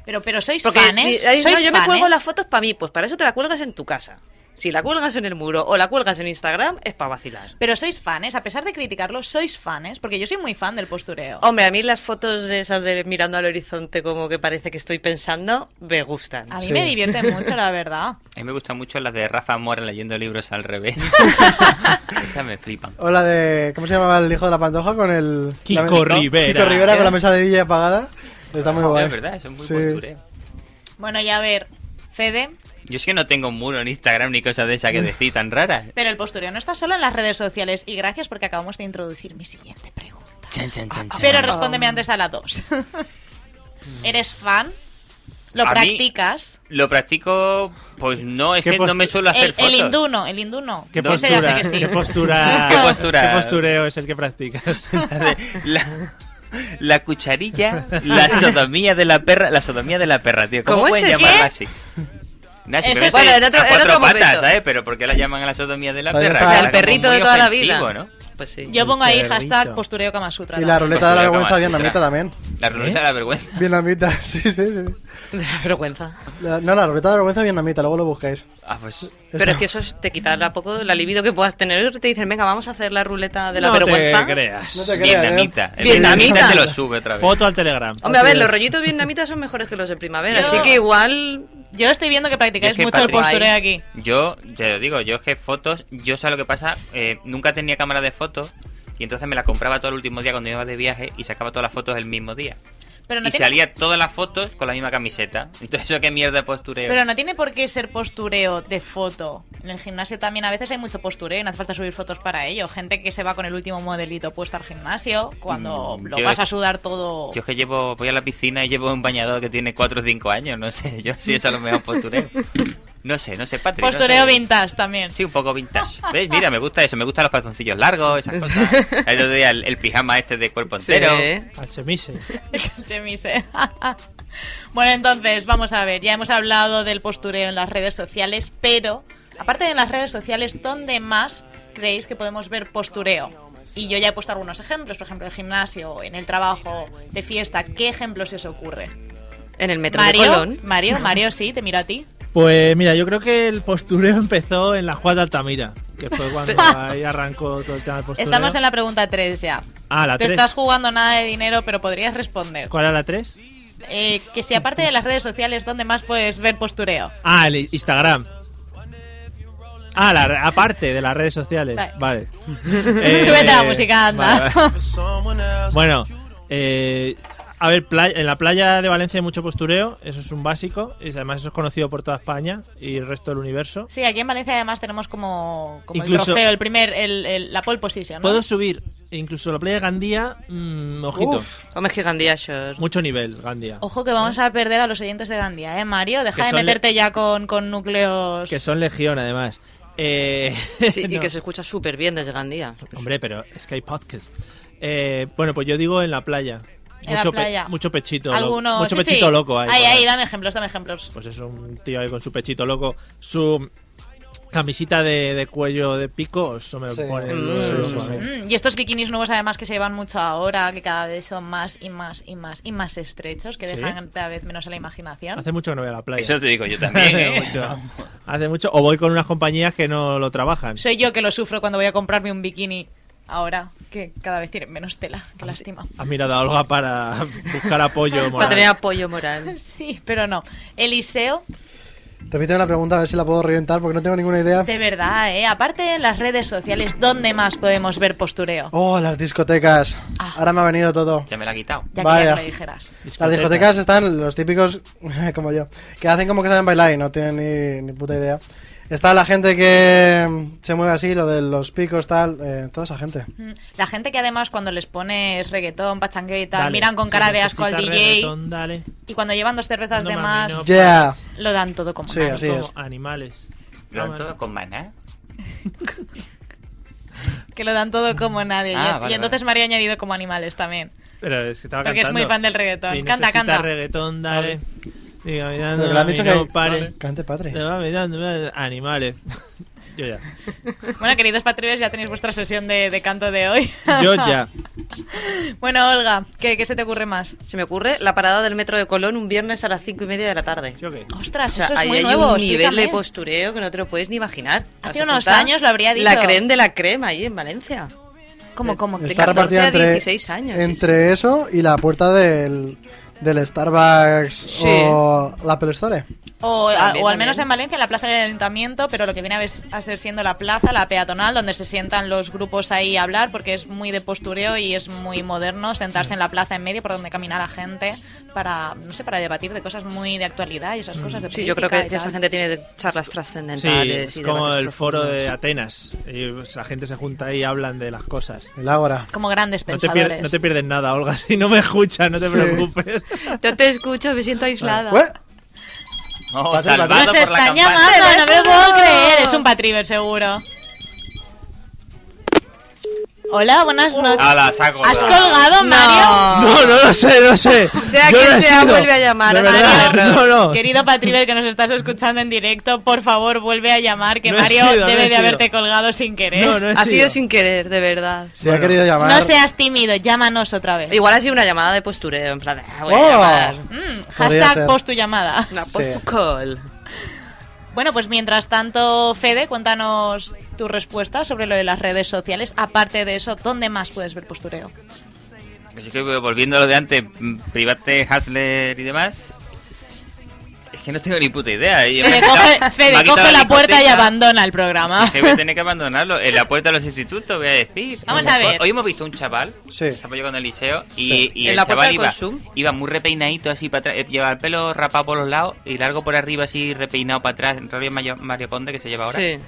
Speaker 4: Pero, pero sois
Speaker 6: Porque
Speaker 4: fanes.
Speaker 6: di- ay,
Speaker 4: sois
Speaker 6: no, yo me
Speaker 4: fanes.
Speaker 6: cuelgo las fotos para mí, pues para eso te la cuelgas en tu casa. Si la cuelgas en el muro o la cuelgas en Instagram, es para vacilar.
Speaker 4: Pero sois fanes, a pesar de criticarlo, sois fanes, porque yo soy muy fan del postureo.
Speaker 6: Hombre, a mí las fotos de esas de mirando al horizonte como que parece que estoy pensando, me gustan.
Speaker 4: A mí
Speaker 5: Sí.
Speaker 4: me
Speaker 6: [LAUGHS]
Speaker 4: divierte mucho, la verdad.
Speaker 7: A mí me gustan mucho las de Rafa Mora leyendo libros
Speaker 5: [LAUGHS]
Speaker 7: al revés. Esas me flipan.
Speaker 5: O la de. ¿Cómo se llamaba el hijo de la pantoja? Con el.
Speaker 3: Kiko
Speaker 5: la- ¿no?
Speaker 3: Rivera.
Speaker 5: Kiko Rivera con la mesa de DJ apagada. Está muy guay.
Speaker 7: Es verdad, eso es muy
Speaker 5: Sí.
Speaker 7: postureo.
Speaker 4: Bueno, ya a ver, Fede,
Speaker 7: Yo es que no tengo un muro en Instagram ni cosas de esas que decís tan raras.
Speaker 4: pero el postureo no está solo en las redes sociales. Y gracias porque acabamos de introducir mi siguiente pregunta.
Speaker 7: Chan, chan, chan, chan.
Speaker 4: Pero respóndeme antes a la
Speaker 3: [LAUGHS]
Speaker 4: dos. ¿Eres fan? ¿Lo
Speaker 7: A mí-
Speaker 4: practicas?
Speaker 7: Lo practico, pues no, es
Speaker 3: ¿Qué
Speaker 7: que no
Speaker 3: postu-
Speaker 7: me suelo hacer
Speaker 4: El, el
Speaker 7: fotos.
Speaker 4: hinduno, el hinduno.
Speaker 3: ¿Qué
Speaker 7: No,
Speaker 4: Ese ya sé
Speaker 3: postura,
Speaker 4: que sí.
Speaker 3: ¿Qué postura?
Speaker 7: ¿Qué postura?
Speaker 3: qué postureo es el que practicas?
Speaker 7: la, la cucharilla, la sodomía de la perra, la sodomía de la perra, tío. ¿Cómo,
Speaker 6: ¿Cómo
Speaker 7: pueden
Speaker 6: es eso?
Speaker 7: llamarla así? Nah, si
Speaker 4: Eso es-
Speaker 7: pero ese
Speaker 4: Bueno,
Speaker 7: es
Speaker 6: en otro-
Speaker 7: a
Speaker 6: en otro
Speaker 7: cuatro patas,
Speaker 6: momento.
Speaker 7: ¿sabes? Pero ¿por qué la llaman a la sodomía de la
Speaker 5: Vale,
Speaker 7: perra?
Speaker 5: o
Speaker 6: O
Speaker 5: sea,
Speaker 6: sea,
Speaker 7: Era
Speaker 6: el
Speaker 7: como
Speaker 6: perrito
Speaker 7: muy
Speaker 6: de toda la vida.
Speaker 7: ofensivo, ¿no?
Speaker 6: Pues sí.
Speaker 4: [LAUGHS] Yo pongo ahí hashtag
Speaker 3: Perrito.
Speaker 4: postureo Kama Sutra.
Speaker 5: Y la
Speaker 4: también.
Speaker 5: ruleta de la
Speaker 7: Postureo
Speaker 5: vergüenza
Speaker 7: Kama
Speaker 5: vietnamita
Speaker 7: Sutra.
Speaker 5: también.
Speaker 7: La ruleta de la vergüenza.
Speaker 5: Vietnamita, [LAUGHS] sí, sí, sí.
Speaker 6: Me da vergüenza.
Speaker 5: La- no, la ruleta de la vergüenza vietnamita, luego lo buscáis.
Speaker 7: Ah, pues...
Speaker 6: Pero es que eso es- te quitará poco la libido que puedas tener. Te dicen, venga, vamos a hacer la ruleta de la
Speaker 3: no
Speaker 6: vergüenza.
Speaker 3: te creas.
Speaker 5: No te creas, ¿eh?
Speaker 7: Vietnamita. El
Speaker 6: Vietnamita.
Speaker 7: Vietnamita te lo sube otra vez.
Speaker 3: Foto al Telegram.
Speaker 6: Hombre, a ver,
Speaker 5: Así
Speaker 6: los
Speaker 5: es.
Speaker 6: rollitos vietnamitas son mejores que los de primavera,
Speaker 4: Yo-
Speaker 6: así que igual
Speaker 4: Yo estoy viendo que
Speaker 7: Yo
Speaker 4: practicáis
Speaker 7: es que,
Speaker 4: mucho el
Speaker 7: Patrick,
Speaker 4: postureo aquí.
Speaker 7: Yo, te lo digo, yo es que fotos, yo sé lo que pasa, eh, nunca tenía cámara de fotos y entonces me la compraba todo el último día cuando iba de viaje y sacaba todas las fotos el mismo día.
Speaker 4: Pero no,
Speaker 7: y
Speaker 4: tiene,
Speaker 7: salía todas las fotos con la misma camiseta. [LAUGHS] Entonces, ¿eso qué mierda de postureo?
Speaker 4: pero no tiene por qué ser postureo de foto. En el gimnasio también a veces hay mucho postureo y no hace falta subir fotos para ello. Gente que se va con el último modelito puesto al gimnasio cuando
Speaker 7: Mm,
Speaker 4: lo
Speaker 7: yo-
Speaker 4: vas a sudar todo.
Speaker 7: Yo es que llevo, voy a la piscina y llevo un bañador que tiene 4 o 5 años, no sé, yo sí, eso es lo mejor postureo. No sé, no sé, Patrick. no
Speaker 4: postureo
Speaker 7: sé.
Speaker 4: vintage también.
Speaker 7: Sí, un poco vintage. ¿Ves? Mira, me gusta eso, me gustan los calzoncillos
Speaker 4: [LAUGHS]
Speaker 7: largos, esas cosas. El otro día el, el pijama este de cuerpo entero.
Speaker 6: Sí.
Speaker 3: Al chemise.
Speaker 4: [LAUGHS] Chemise. [LAUGHS] bueno, entonces, vamos a ver. Ya hemos hablado del postureo en las redes sociales, pero aparte de en las redes sociales, ¿dónde más creéis que podemos ver postureo? Y yo ya he puesto algunos ejemplos, por ejemplo, en el gimnasio, en el trabajo, de fiesta. ¿Qué ejemplo se os ocurre?
Speaker 6: en el metro de
Speaker 4: Mario,
Speaker 6: Colón.
Speaker 4: Mario, Mario, sí, te miro a ti.
Speaker 3: Pues mira, yo creo que el postureo empezó en la Juan de Altamira, que fue cuando ahí arrancó todo el tema del postureo.
Speaker 4: Estamos en la pregunta 3 ya.
Speaker 3: Ah, la
Speaker 4: Te
Speaker 3: 3.
Speaker 4: estás jugando nada de dinero, pero podrías responder.
Speaker 3: ¿Cuál era la 3?
Speaker 4: Eh, que si aparte de las redes sociales, ¿dónde más puedes ver postureo?
Speaker 3: Ah, el Instagram. Ah, la, re- aparte de las redes sociales. Vale. Eh,
Speaker 4: Súbete a la música, anda.
Speaker 3: vale, vale. Bueno, eh, a ver, playa- en la playa de Valencia hay mucho postureo, eso es un básico, y además eso es conocido por toda España y el resto del universo.
Speaker 4: Sí, aquí en Valencia además tenemos como, como
Speaker 3: Incluso-
Speaker 4: el trofeo, el primer, el, el- la pole position, ¿no?
Speaker 3: Puedo subir, e incluso la playa de Gandía, mm, ojito,
Speaker 5: Uf.
Speaker 6: Hombre, es que Gandía Shore.
Speaker 3: mucho nivel, Gandía.
Speaker 4: Ojo que vamos a perder a los oyentes de Gandía, ¿eh, Mario?
Speaker 3: Que
Speaker 4: Deja de
Speaker 3: son le-
Speaker 4: meterte ya con, con núcleos...
Speaker 3: Que son legión, además. Eh,
Speaker 6: Sí,
Speaker 3: [LAUGHS]
Speaker 6: Y
Speaker 3: no.
Speaker 6: que se escucha súper bien desde Gandía.
Speaker 3: Hombre, pero es que hay podcast. Eh, bueno, pues yo digo en la playa.
Speaker 4: En la
Speaker 3: mucho, pe-
Speaker 4: playa.
Speaker 3: mucho pechito. loco-
Speaker 4: Algunos...
Speaker 3: mucho
Speaker 4: sí,
Speaker 3: pechito
Speaker 4: sí.
Speaker 3: loco ahí.
Speaker 4: Ahí,
Speaker 3: Para-
Speaker 4: ahí, dame ejemplos, dame ejemplos.
Speaker 3: Pues es un tío ahí con su pechito loco. Su camisita de, de cuello de pico. Eso me
Speaker 5: Sí.
Speaker 3: pone.
Speaker 6: Mm,
Speaker 3: loco
Speaker 6: sí, sí,
Speaker 3: a mí.
Speaker 4: Mm, y estos bikinis nuevos además que se llevan mucho ahora, que cada vez son más y más y más y más estrechos, que
Speaker 3: Sí.
Speaker 4: dejan cada vez menos a la imaginación.
Speaker 3: Hace mucho que no voy a la playa.
Speaker 7: Eso te digo yo
Speaker 3: [LAUGHS]
Speaker 7: también,
Speaker 3: Hace,
Speaker 7: ¿eh?
Speaker 3: mucho, hace mucho. O voy con unas compañías que no lo trabajan.
Speaker 4: Soy yo que lo sufro cuando voy a comprarme un bikini. ahora que cada vez tienen menos tela. Qué
Speaker 3: Ah,
Speaker 4: lástima.
Speaker 3: Ha mirado a Olga para buscar apoyo
Speaker 6: Para tener
Speaker 3: moral.
Speaker 6: apoyo moral.
Speaker 4: Sí, pero no. Eliseo,
Speaker 5: Repíteme la pregunta a ver si la puedo reventar porque no tengo ninguna idea.
Speaker 4: de verdad, ¿eh? Aparte en las redes sociales, ¿dónde más podemos ver postureo?
Speaker 5: Oh, las discotecas.
Speaker 4: Ah.
Speaker 5: Ahora me ha venido todo.
Speaker 7: Ya me la ha quitado.
Speaker 4: Ya que
Speaker 5: vaya.
Speaker 4: ya me lo dijeras.
Speaker 5: Las discotecas están los típicos, [LAUGHS] como yo, que hacen como que saben bailar y no tienen ni, ni puta idea. Está la gente que mm, se mueve así, lo de los picos, tal, eh, toda esa gente.
Speaker 4: Mm, La gente que además cuando les pones reggaetón, pachangueo y tal,
Speaker 3: Dale,
Speaker 4: miran con
Speaker 3: si
Speaker 4: cara de asco al
Speaker 3: necesitas
Speaker 4: DJ
Speaker 3: reggaetón, dale.
Speaker 4: y cuando llevan dos cervezas
Speaker 3: No
Speaker 4: de más
Speaker 3: mames, no.
Speaker 5: Yeah.
Speaker 4: lo dan todo como
Speaker 5: Sí,
Speaker 4: nada.
Speaker 5: así
Speaker 3: Como
Speaker 5: es.
Speaker 3: animales.
Speaker 7: Lo
Speaker 3: Ah,
Speaker 7: han todo con maná.
Speaker 4: Que lo dan todo como nadie. Y-
Speaker 7: Ah,
Speaker 4: y
Speaker 7: vale,
Speaker 4: entonces María ha añadido como animales también.
Speaker 3: Pero es que estaba
Speaker 4: Porque es
Speaker 3: cantando.
Speaker 4: muy fan del reggaetón.
Speaker 3: Si
Speaker 4: Canta,
Speaker 3: necesitas
Speaker 4: canta.
Speaker 3: reggaetón, dale. Diga, mirando,
Speaker 5: Pero le han dicho que
Speaker 3: no pare.
Speaker 5: cante padre.
Speaker 3: Te va mirando, mirando, animales. [LAUGHS] Yo ya.
Speaker 4: Bueno, queridos patrulleros, ya tenéis vuestra sesión de, de canto de hoy. [LAUGHS]
Speaker 3: Yo ya.
Speaker 4: Bueno, Olga, ¿qué, qué se te ocurre más?
Speaker 6: Se me ocurre la parada del metro de Colón un viernes a las cinco y media de la tarde.
Speaker 3: ¿Yo qué?
Speaker 4: Ostras,
Speaker 6: O sea,
Speaker 4: eso es
Speaker 6: ahí
Speaker 4: muy
Speaker 6: hay
Speaker 4: nuevo.
Speaker 6: un nivel
Speaker 4: explícame.
Speaker 6: de postureo que no te lo puedes ni imaginar.
Speaker 4: Hace
Speaker 6: Has
Speaker 4: unos
Speaker 6: apuntado
Speaker 4: años lo habría dicho.
Speaker 6: La creen de la crema ahí en Valencia.
Speaker 4: ¿Cómo, cómo?
Speaker 6: de
Speaker 5: Está
Speaker 6: 14
Speaker 5: repartida
Speaker 6: a
Speaker 5: entre,
Speaker 6: 16 años, sí,
Speaker 5: entre eso y la puerta del, del Starbucks
Speaker 6: Sí.
Speaker 5: o la Apple Store.
Speaker 4: O, a-
Speaker 6: También,
Speaker 4: o al menos
Speaker 6: también.
Speaker 4: en Valencia, la plaza del ayuntamiento, pero lo que viene a, ver- a ser siendo la plaza, la peatonal, donde se sientan los grupos ahí a hablar, porque es muy de postureo y es muy moderno sentarse en la plaza en medio por donde camina la gente para, no sé, para debatir de cosas muy de actualidad y esas cosas. de
Speaker 6: Sí, yo creo que
Speaker 4: política y
Speaker 6: esa
Speaker 4: tal.
Speaker 6: gente tiene charlas
Speaker 3: Sí,
Speaker 6: trascendentales.
Speaker 3: es
Speaker 6: y
Speaker 3: como
Speaker 6: debates
Speaker 3: el foro
Speaker 6: profundos.
Speaker 3: de Atenas. Y, o sea, la gente se junta y hablan de las cosas.
Speaker 5: El Ágora.
Speaker 4: Como grandes
Speaker 3: No te,
Speaker 4: pensadores.
Speaker 3: pier- no te pierdes nada, Olga. [LAUGHS] Si no me escuchas, no te
Speaker 5: Sí.
Speaker 6: [LAUGHS]
Speaker 3: preocupes.
Speaker 6: No te escucho, me siento aislada.
Speaker 5: Ué,
Speaker 7: No,
Speaker 5: Pasa,
Speaker 7: salvado
Speaker 4: Nos
Speaker 7: Oh, por la
Speaker 4: están
Speaker 7: campana.
Speaker 4: llamando, no me lo puedo
Speaker 6: ¡Teléfono!
Speaker 4: creer. Es un patriver seguro. Hola, buenas noches.
Speaker 3: Ah,
Speaker 7: Ala, saco.
Speaker 4: ¿Has colgado, Mario?
Speaker 6: No.
Speaker 3: No, no lo sé, no
Speaker 6: [LAUGHS]
Speaker 3: sé.
Speaker 6: Sea
Speaker 3: Yo
Speaker 6: quien
Speaker 3: no he
Speaker 6: sea,
Speaker 3: sido.
Speaker 6: vuelve a llamar,
Speaker 3: De
Speaker 6: es
Speaker 3: verdad,
Speaker 6: Mario.
Speaker 3: [LAUGHS] no, no.
Speaker 4: Querido Patriver que nos estás escuchando en directo, por favor vuelve a llamar que
Speaker 3: No he
Speaker 4: Mario
Speaker 3: sido, no
Speaker 4: debe
Speaker 3: he
Speaker 4: de
Speaker 3: sido.
Speaker 4: haberte colgado sin querer.
Speaker 3: No, no he
Speaker 6: ¿eh? Ha sido
Speaker 3: sido.
Speaker 6: sin querer, de verdad.
Speaker 5: si ha querido llamar.
Speaker 4: No seas tímido, llámanos otra vez.
Speaker 6: Igual ha sido una llamada de postureo, en plan, ah, voy a
Speaker 5: Oh.
Speaker 6: llamar.
Speaker 4: Mm,
Speaker 5: Podría
Speaker 4: hashtag
Speaker 5: ser.
Speaker 4: post tu llamada.
Speaker 6: Una
Speaker 5: Sí.
Speaker 6: postucall.
Speaker 4: Bueno, pues mientras tanto, Fede, cuéntanos tu respuesta sobre lo de las redes sociales. Aparte de eso, ¿dónde más puedes ver postureo?
Speaker 7: Así que volviendo a lo de antes, mm, Private, Hasler y demás. Es que no tengo ni puta idea. y me ha
Speaker 4: Fede,
Speaker 7: quitado-
Speaker 4: coge, Fede,
Speaker 7: me ha quitado
Speaker 4: coge la puerta y
Speaker 7: discoteca.
Speaker 4: abandona el programa.
Speaker 7: Sí, que voy a tener que abandonarlo. En la puerta de los institutos, voy a decir.
Speaker 4: Vamos a ver.
Speaker 7: Hoy hemos visto un chaval.
Speaker 5: Sí.
Speaker 7: Estaba yo con el liceo. Y,
Speaker 5: Sí.
Speaker 7: y
Speaker 6: En
Speaker 7: el
Speaker 6: la puerta
Speaker 7: chaval
Speaker 6: del
Speaker 7: iba,
Speaker 6: Consum.
Speaker 7: iba muy repeinadito así para atrás. eh, Llevaba el pelo rapado por los lados y largo por arriba así repeinado para atrás. En rollo Mario, Mario Conde que se lleva ahora.
Speaker 6: Sí.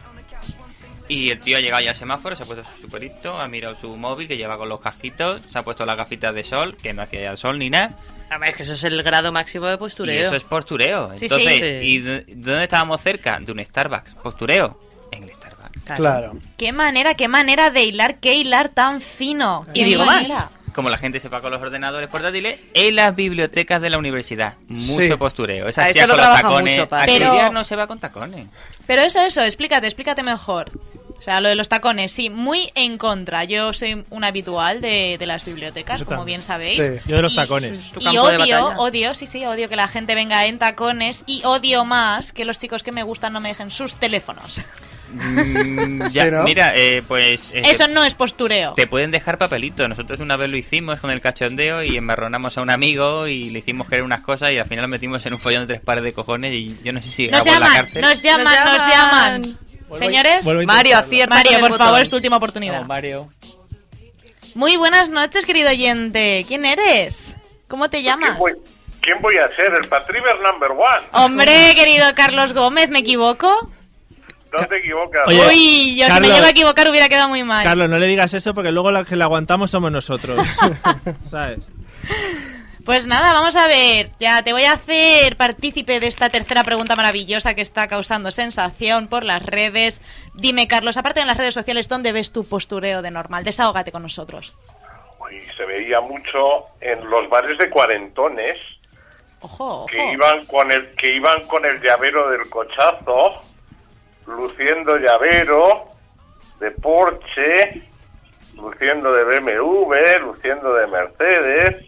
Speaker 7: Y el tío ha llegado ya al semáforo, se ha puesto su pelito, ha mirado su móvil que lleva con los casquitos, se ha puesto las gafitas de sol, que no hacía ya sol ni nada.
Speaker 6: A ver, es que eso es el grado máximo de
Speaker 7: Y
Speaker 6: postureo.
Speaker 7: eso es postureo.
Speaker 4: Sí,
Speaker 7: Entonces,
Speaker 6: sí.
Speaker 7: ¿y dó- dónde estábamos cerca? De un Starbucks. ¿Postureo? En el Starbucks.
Speaker 5: Claro.
Speaker 4: Qué manera, qué manera de hilar, qué hilar tan fino.
Speaker 6: Y
Speaker 4: Qué
Speaker 6: digo más.
Speaker 4: manera.
Speaker 7: Como la gente se va con los ordenadores portátiles, en las bibliotecas de la universidad. Mucho
Speaker 5: Sí.
Speaker 7: postureo.
Speaker 6: A
Speaker 7: Esa
Speaker 6: eso
Speaker 7: tía
Speaker 6: lo
Speaker 7: con los
Speaker 6: trabaja
Speaker 7: tacones.
Speaker 6: mucho, Paco.
Speaker 7: Aquel
Speaker 4: Pero-
Speaker 7: día no se va con tacones.
Speaker 4: Pero eso, eso, explícate, explícate mejor. O sea, lo de los tacones, sí, muy en contra. Yo soy un habitual de, de las bibliotecas,
Speaker 3: Yo
Speaker 4: como
Speaker 3: también.
Speaker 4: bien sabéis.
Speaker 5: Sí.
Speaker 3: Yo de los
Speaker 4: Y-
Speaker 3: tacones.
Speaker 6: Tu
Speaker 4: Y
Speaker 6: campo de
Speaker 4: odio,
Speaker 6: batalla.
Speaker 4: odio, sí, sí, odio que la gente venga en tacones y odio más que los chicos que me gustan no me dejen sus teléfonos.
Speaker 7: Mm, [LAUGHS] ya,
Speaker 5: Sí, ¿no?
Speaker 7: Mira, eh, pues... eh,
Speaker 4: Eso no es postureo.
Speaker 7: Te pueden dejar papelitos. Nosotros una vez lo hicimos con el cachondeo y embarronamos a un amigo y le hicimos creer unas cosas y al final lo metimos en un follón de tres pares de cojones y yo no sé si
Speaker 4: Nos
Speaker 7: acabó en la
Speaker 4: llaman,
Speaker 7: cárcel.
Speaker 4: nos llaman,
Speaker 6: Nos
Speaker 4: nos llaman.
Speaker 6: llaman.
Speaker 4: Señores,
Speaker 3: Vuelvo a intentarlo.
Speaker 6: Mario, acierta. con
Speaker 4: Mario,
Speaker 6: el
Speaker 4: por
Speaker 6: botón.
Speaker 4: favor, es tu última oportunidad.
Speaker 7: No, Mario.
Speaker 4: Muy buenas noches, querido oyente. ¿Quién eres? ¿Cómo te llamas? Oh,
Speaker 9: ¿Quién Pues voy, quién voy a ser? El Patriver number one.
Speaker 4: Hombre, querido Carlos Gómez, ¿me equivoco?
Speaker 9: No te equivocas.
Speaker 3: Oye,
Speaker 4: Uy, yo si
Speaker 3: Carlos.
Speaker 4: me llego a equivocar hubiera quedado muy mal.
Speaker 3: Carlos, no le digas eso porque luego la que la aguantamos somos
Speaker 6: [LAUGHS]
Speaker 3: nosotros. ¿Sabes?
Speaker 4: Pues nada, vamos a ver. Ya te voy a hacer partícipe de esta tercera pregunta maravillosa que está causando sensación por las redes. Dime, Carlos, aparte de las redes sociales, ¿dónde ves tu postureo de normal? Desahógate con nosotros.
Speaker 9: Uy, se veía mucho en los bares de cuarentones
Speaker 4: Ojo, ojo.
Speaker 9: que iban con el que iban con el llavero del cochazo, luciendo llavero de Porsche, luciendo de BMW, luciendo de Mercedes,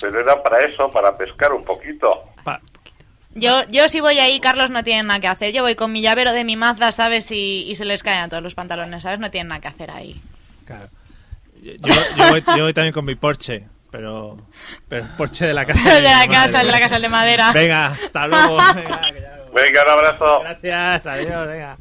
Speaker 9: pero era para eso, para pescar un poquito.
Speaker 3: Pa-
Speaker 4: Yo, yo si voy ahí, Carlos, no tiene nada que hacer.
Speaker 7: [LAUGHS]
Speaker 4: Yo voy con mi llavero de mi Mazda, ¿sabes? Y, y se les caen a todos los pantalones, ¿sabes? No tienen nada que hacer ahí.
Speaker 3: Claro. Yo, yo voy, yo voy también con mi Porsche, pero, pero Porsche de la casa.
Speaker 4: De la
Speaker 3: mi
Speaker 4: casa,
Speaker 3: madre.
Speaker 4: de la casa de madera.
Speaker 3: Venga, hasta luego. Venga, que ya lo-
Speaker 9: Venga, un abrazo.
Speaker 3: Gracias, adiós, venga.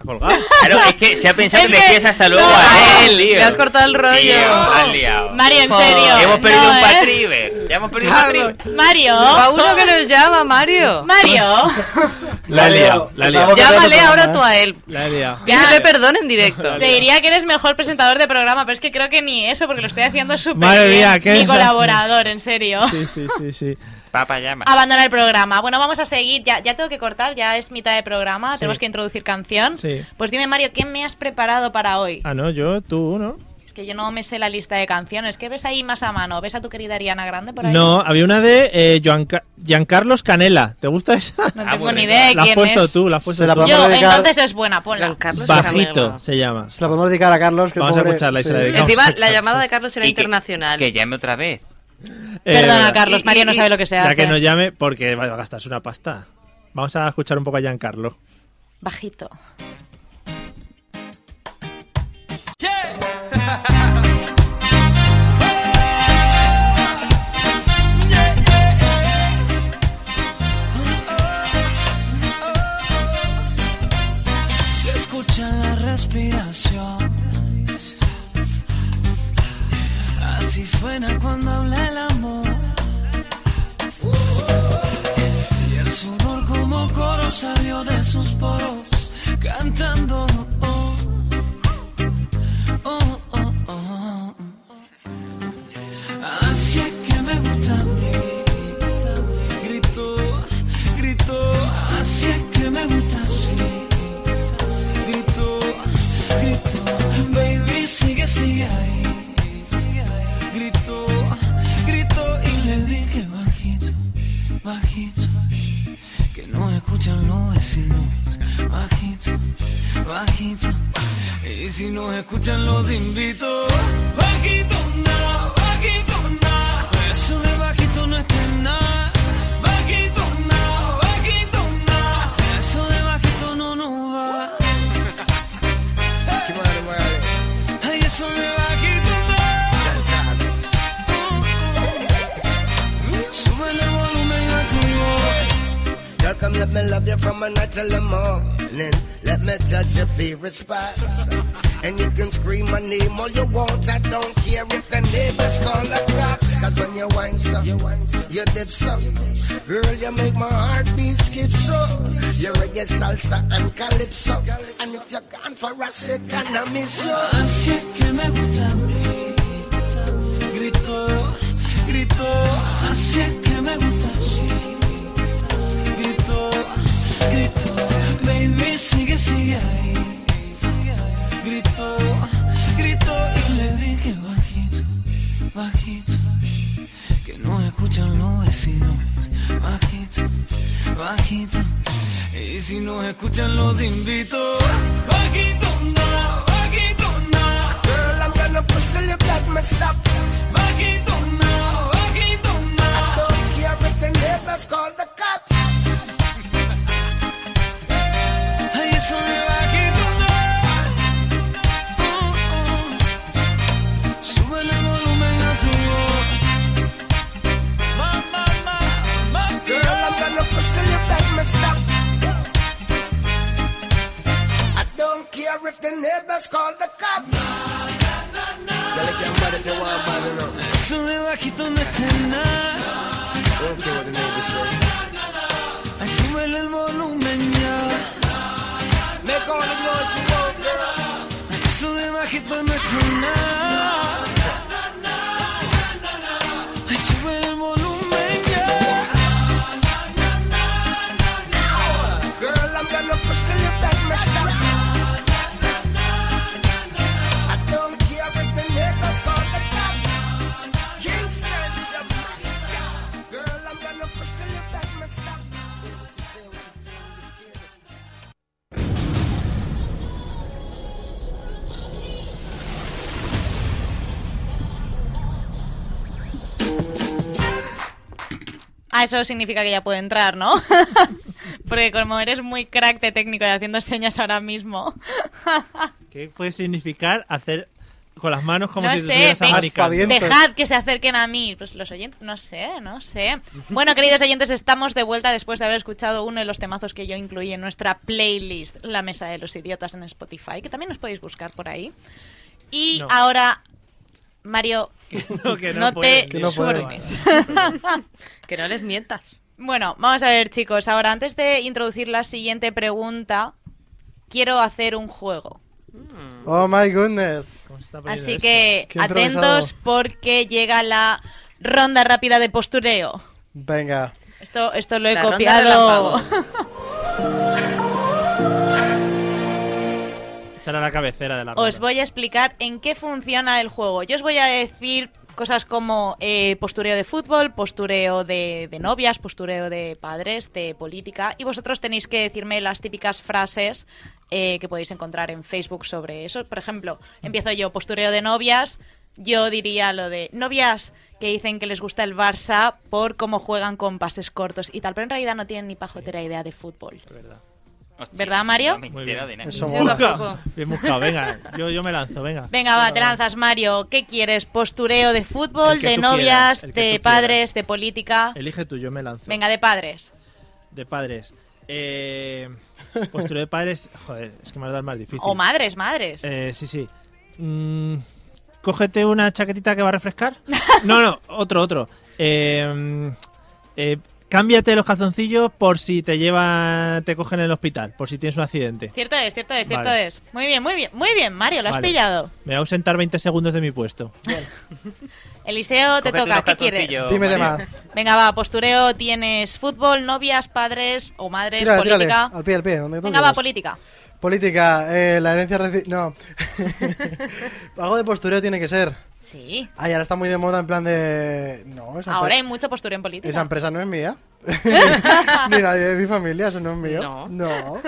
Speaker 3: Ha colgado.
Speaker 7: Claro, es que se ha pensado
Speaker 4: Es
Speaker 7: que le
Speaker 4: que-
Speaker 7: decías hasta luego
Speaker 4: no.
Speaker 7: a él, lío.
Speaker 10: Le has cortado el rollo.
Speaker 7: Tío, la has liado.
Speaker 4: Mario, en
Speaker 10: Oh.
Speaker 4: serio.
Speaker 7: Hemos perdido
Speaker 4: no,
Speaker 7: un
Speaker 4: ¿eh?
Speaker 7: patriver. Ya hemos perdido un patriver. [LAUGHS]
Speaker 4: Mario.
Speaker 10: A uno que nos llama, Mario.
Speaker 4: Mario.
Speaker 3: La he liado, la he liado.
Speaker 11: Estamos-
Speaker 10: Llámale
Speaker 11: programa,
Speaker 10: ahora
Speaker 11: ¿eh?
Speaker 10: tú a él.
Speaker 3: La he liado.
Speaker 4: Ya.
Speaker 10: Pídele perdón en directo.
Speaker 4: Te diría que eres mejor presentador de programa, pero es que creo que ni eso, porque lo estoy haciendo súper
Speaker 3: Madre
Speaker 4: bien.
Speaker 3: mía, qué
Speaker 4: Mi
Speaker 3: desastre.
Speaker 4: colaborador, en serio.
Speaker 3: Sí, sí, sí, sí.
Speaker 7: Papa llama.
Speaker 4: Abandona el programa. Bueno, vamos a seguir. Ya, ya tengo que cortar, ya es mitad de programa. Tenemos que introducir canción.
Speaker 3: Sí.
Speaker 4: Pues dime, Mario, ¿qué me has preparado para hoy?
Speaker 3: Ah, no, yo, tú, ¿no?
Speaker 4: Es que yo no me sé la lista de canciones. ¿Qué ves ahí más a mano? ¿Ves a tu querida Ariana Grande por ahí?
Speaker 3: No, había una de eh, Joan Ca- Giancarlos Canela. ¿te gusta esa?
Speaker 4: No
Speaker 7: Ah,
Speaker 4: tengo
Speaker 7: bueno,
Speaker 4: ni idea de
Speaker 3: la has
Speaker 4: quién
Speaker 3: puesto
Speaker 4: es.
Speaker 3: tú, la has puesto
Speaker 11: Se la
Speaker 3: tú.
Speaker 11: vamos a
Speaker 4: Yo,
Speaker 11: dedicar-
Speaker 4: entonces es buena, ponla.
Speaker 10: Carlos
Speaker 3: Bajito
Speaker 10: Canela.
Speaker 3: se llama.
Speaker 11: Se la podemos dedicar a Carlos, que
Speaker 3: Vamos a
Speaker 11: pobre-
Speaker 3: escucharla y se la dedicamos.
Speaker 10: Encima, la llamada de Carlos era
Speaker 7: Y que-
Speaker 10: internacional.
Speaker 7: Que llame otra vez.
Speaker 4: Perdona,
Speaker 3: Eh,
Speaker 4: Carlos,
Speaker 10: y-
Speaker 4: Mario
Speaker 10: y-
Speaker 4: no sabe lo que se
Speaker 3: Ya
Speaker 4: hace.
Speaker 3: que nos llame, porque va a gastarse una pasta. Vamos a escuchar un poco a Giancarlo.
Speaker 4: Bajito.
Speaker 6: Se escucha la respiración. Así suena cuando habla el amor. Y el sudor como coro salió de sus poros, cantando. oh, oh, oh, oh. Así es que me gusta a mí. Gritó, gritó. Así es que me gusta así grito, grito, baby sigue, sigue ahí, grito, grito y le dije bajito, bajito, que no escuchan los vecinos, bajito, bajito, y si no escuchan los invito, bajito na, bajito na, eso de bajito no está en nada, bajito na, bajito na, eso de bajito no nos va. Ay, eso me va a quitar. Súbele el volumen a tu voz.
Speaker 5: Y'all come let me love you from a night till the morning. Let me touch your favorite spots. And you can scream my name all you want. I don't care if the neighbors call the cops. Cause when you whine so, you, whine so, you dip so. Girl, you make my heartbeat skip so. You reggae, salsa, and calypso. And if you're gone for a second, I miss you.
Speaker 6: Así es que me gusta a mí. Grito, grito, así es que me gusta así. Grito, grito, baby sigue, sigue ahí. Grito, grito y le dije bajito, bajito, que no escuchan los vecinos. Bajito, bajito, y si no escuchan los invito. Bajito, na, bajito, na.
Speaker 5: Girl, I'm gonna push till your blood must stop.
Speaker 6: Vaquito now, vaquito
Speaker 5: I
Speaker 6: now.
Speaker 5: don't care if the neighbors call the cops.
Speaker 6: Ay, eso de vaquito now. Oh, oh. Súbele el volumen a tu voz. Ma, ma, ma, ma,
Speaker 5: Girl, I'm gonna push till your back messed up. I don't care if the neighbors call the cops. Girl, I can't bother if you want bother, no.
Speaker 6: Eso de vaquito no está en nada.
Speaker 5: I don't care what the neighbors say.
Speaker 6: Ay, súbele el volumen ya.
Speaker 5: Make all the noise you want, girl.
Speaker 6: Eso de vaquito no está en nada. Ay, súbele el volumen ya.
Speaker 5: Girl, I'm gonna push till your back messed up. I don't care if the neighbors call the cops. Kingston, Jamaica. Girl, I'm gonna push till your back messed up. Feel what you feel, what you feel, what you feel.
Speaker 4: Ah, eso significa que ya puedo entrar, ¿no? [LAUGHS] Porque como eres muy crack de técnico y haciendo señas ahora mismo.
Speaker 3: ¿Qué puede significar hacer con las manos como
Speaker 4: No
Speaker 3: si
Speaker 4: sé,
Speaker 3: estuvieras
Speaker 4: venga.
Speaker 3: abanicando?
Speaker 5: Entonces-
Speaker 4: Dejad que se acerquen a mí. Pues los oyentes, no sé, no sé. Bueno, queridos oyentes, estamos de vuelta después de haber escuchado uno de los temazos que yo incluí en nuestra playlist, La Mesa de los Idiotas en Spotify, que también os podéis buscar por ahí. Y
Speaker 3: No.
Speaker 4: ahora, Mario,
Speaker 3: [LAUGHS] No, que no
Speaker 4: no
Speaker 3: puede,
Speaker 4: te
Speaker 3: que no puede.
Speaker 4: subordines.
Speaker 6: Que no les mientas.
Speaker 4: Bueno, vamos a ver, chicos. Ahora, antes de introducir la siguiente pregunta, quiero hacer un juego.
Speaker 5: Oh my goodness.
Speaker 3: ¿Cómo se está poniendo
Speaker 4: Así
Speaker 3: esto?
Speaker 4: que
Speaker 5: Qué
Speaker 4: atentos
Speaker 5: improvisado.
Speaker 4: porque llega la ronda rápida de postureo.
Speaker 5: Venga.
Speaker 4: Esto, esto lo he
Speaker 6: La ronda
Speaker 4: copiado.
Speaker 3: Esa era la cabecera de la ronda.
Speaker 4: Os voy a explicar en qué funciona el juego. Yo os voy a decir cosas como eh, postureo de fútbol, postureo de, de novias, postureo de padres, de política. Y vosotros tenéis que decirme las típicas frases eh, que podéis encontrar en Facebook sobre eso. Por ejemplo, empiezo yo, postureo de novias. Yo diría lo de novias que dicen que les gusta el Barça por cómo juegan con pases cortos y tal, pero en realidad no tienen ni pajotera idea de fútbol.
Speaker 7: Hostia,
Speaker 4: ¿Verdad, Mario?
Speaker 7: No me
Speaker 3: Muy
Speaker 7: entero
Speaker 3: bien.
Speaker 7: de nada.
Speaker 5: Eso
Speaker 6: Yo
Speaker 5: mola.
Speaker 6: tampoco.
Speaker 3: Bien buscado, venga. Yo, yo me lanzo, venga.
Speaker 4: Venga, va, te lanzas, Mario. ¿Qué quieres? ¿Postureo de
Speaker 3: El
Speaker 4: fútbol,
Speaker 3: que
Speaker 4: de
Speaker 3: tú
Speaker 4: novias,
Speaker 3: quieras, el que
Speaker 4: de
Speaker 3: tú
Speaker 4: padres, de política?
Speaker 3: Elige tú, yo me lanzo.
Speaker 4: Venga, de padres.
Speaker 3: De padres. Eh, postura de padres. Joder, es que me ha dado el más difícil.
Speaker 4: O madres, madres.
Speaker 3: Eh, sí, sí. Mm, cógete una chaquetita que va a
Speaker 4: [LAUGHS]
Speaker 3: refrescar. No, no, otro, otro. Eh, eh, cámbiate los calzoncillos por si te llevan, te cogen en el hospital, por si tienes un accidente.
Speaker 4: Cierto es, cierto es, cierto
Speaker 3: Vale.
Speaker 4: es. Muy bien, muy bien, muy bien, Mario, lo has
Speaker 3: Vale.
Speaker 4: pillado.
Speaker 3: Me voy a ausentar 20 segundos de mi puesto.
Speaker 4: Eliseo, te
Speaker 7: Cógete
Speaker 4: toca,
Speaker 7: unos
Speaker 4: ¿qué quieres?
Speaker 7: calzoncillos,
Speaker 5: Dime de
Speaker 7: Mario.
Speaker 5: más.
Speaker 4: Venga, va, postureo, tienes fútbol, novias, padres o madres,
Speaker 5: Tírale, tírale.
Speaker 4: política.
Speaker 5: Al pie, al pie. donde tú
Speaker 4: Venga, va,
Speaker 5: quieras.
Speaker 4: política.
Speaker 5: Política, eh, la herencia reci- No. [LAUGHS] Algo de postureo tiene que ser.
Speaker 4: Sí.
Speaker 5: Ay, ahora está muy de moda en plan de. No, esa,
Speaker 4: Ahora hay
Speaker 5: empre-
Speaker 4: mucho postureo en política.
Speaker 5: esa empresa no
Speaker 4: [LAUGHS]
Speaker 5: es mía. Ni nadie de mi familia, eso no es mío.
Speaker 6: No.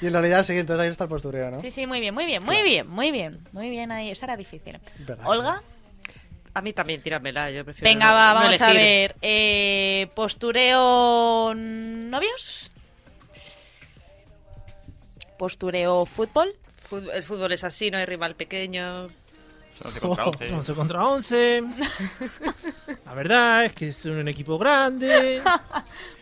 Speaker 5: Y en realidad sí, entonces ahí está el postureo, ¿no?
Speaker 4: Sí, sí, muy bien, muy bien, muy bien, muy bien. Muy bien ahí, esa era difícil.
Speaker 5: Verdad,
Speaker 4: Olga.
Speaker 6: A mí también tíramela, yo prefiero.
Speaker 4: Venga,
Speaker 6: no-
Speaker 4: va,
Speaker 6: no
Speaker 4: vamos a
Speaker 6: elegir.
Speaker 4: ver. Eh, postureo novios. Postureo fútbol.
Speaker 6: Fut- El fútbol es así, no hay rival pequeño.
Speaker 7: Solo te contra once.
Speaker 3: [LAUGHS] 11 Oh, contra
Speaker 4: [LAUGHS]
Speaker 3: 11. La verdad es que es un equipo
Speaker 4: [LAUGHS]
Speaker 3: grande.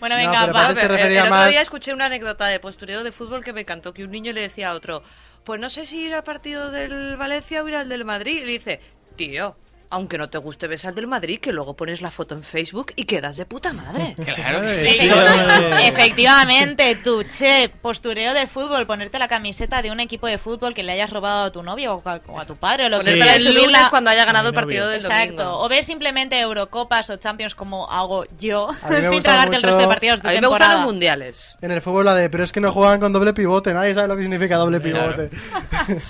Speaker 4: Bueno,
Speaker 5: No,
Speaker 4: venga,
Speaker 5: pero
Speaker 4: va.
Speaker 5: parece- se
Speaker 6: el,
Speaker 5: refería
Speaker 6: el
Speaker 5: más-
Speaker 6: otro día escuché una anécdota de postureo de fútbol que me encantó, que un niño le decía a otro, pues no sé si ir al partido del Valencia o ir al del Madrid. Y le dice, tío, aunque no te guste, ves al del Madrid, que luego pones la foto en Facebook y quedas de
Speaker 4: [LAUGHS]
Speaker 6: puta madre.
Speaker 7: [LAUGHS] Claro que
Speaker 3: Sí,
Speaker 7: sí.
Speaker 3: sí, hombre.
Speaker 4: Efectivamente, tú, che, postureo de fútbol, ponerte la camiseta de un equipo de fútbol que le hayas robado a tu novio o a, o a tu padre o lo que
Speaker 6: Ponérsela
Speaker 4: sea,
Speaker 6: el lunes
Speaker 4: subirla-
Speaker 6: cuando haya ganado
Speaker 3: Mi
Speaker 6: el partido
Speaker 3: novio.
Speaker 6: del
Speaker 4: Exacto,
Speaker 6: domingo.
Speaker 4: o ver simplemente Eurocopas o Champions como hago yo, [LAUGHS]
Speaker 5: A mí me
Speaker 4: sin
Speaker 5: gusta
Speaker 4: tragarte el
Speaker 5: mucho-
Speaker 4: resto de partidos de
Speaker 6: A mí me
Speaker 4: temporada.
Speaker 6: gustan los mundiales.
Speaker 5: En el fútbol la de, pero es que no juegan con doble pivote, nadie sabe lo que significa doble
Speaker 7: Claro.
Speaker 5: pivote.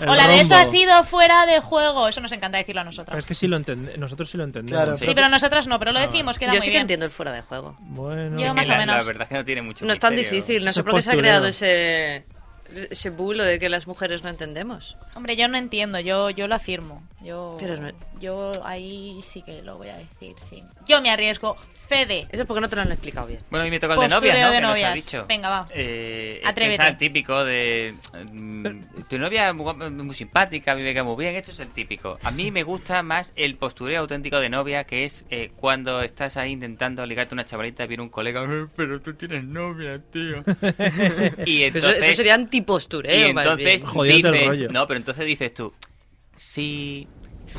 Speaker 3: El
Speaker 4: o la de eso
Speaker 3: rombo.
Speaker 4: ha sido fuera de juego, eso nos encanta decirlo a
Speaker 3: Pero
Speaker 4: nosotras.
Speaker 3: es que sí lo entende- nosotros sí lo entendemos.
Speaker 5: Claro,
Speaker 4: Sí, pero nosotras no, pero lo decimos, queda
Speaker 6: Yo
Speaker 4: muy
Speaker 6: sí que
Speaker 4: bien.
Speaker 6: entiendo el fuera de juego.
Speaker 3: Bueno,
Speaker 4: Yo
Speaker 7: Que
Speaker 4: más o
Speaker 7: la- La
Speaker 4: menos.
Speaker 7: verdad es que no tiene mucho
Speaker 6: No es tan
Speaker 7: misterio.
Speaker 6: difícil, no
Speaker 3: Eso
Speaker 6: sé
Speaker 3: es
Speaker 6: por qué se ha
Speaker 3: postureo.
Speaker 6: creado ese, ese bulo de que las mujeres no entendemos.
Speaker 4: Hombre, yo no entiendo, yo, yo lo afirmo. Yo,
Speaker 6: Pero es me-
Speaker 4: yo ahí sí que lo voy a decir, sí. Yo me arriesgo. Fede.
Speaker 6: Eso es porque no te lo han explicado bien.
Speaker 7: Bueno, a mí me toca el de
Speaker 4: Postureo
Speaker 7: novias, ¿no?
Speaker 4: de
Speaker 7: Que nos ha
Speaker 4: novias.
Speaker 7: dicho.
Speaker 4: Venga, va.
Speaker 7: Eh,
Speaker 4: Atrévete.
Speaker 7: Está el típico de... mm, Tu novia es muy, guapa, muy simpática, a mí me cae muy bien. Esto es el típico. A mí me gusta más el postureo auténtico de novia, que es eh, cuando estás ahí intentando ligarte a una chavalita, viene un colega, "Eh, pero tú tienes novia, tío. y
Speaker 6: Eso,
Speaker 7: entonces...
Speaker 6: eso sería antipostureo.
Speaker 7: y
Speaker 6: más bien.
Speaker 7: entonces
Speaker 3: Jodiendo el
Speaker 7: dices...
Speaker 3: rollo.
Speaker 7: No, pero entonces dices tú, sí...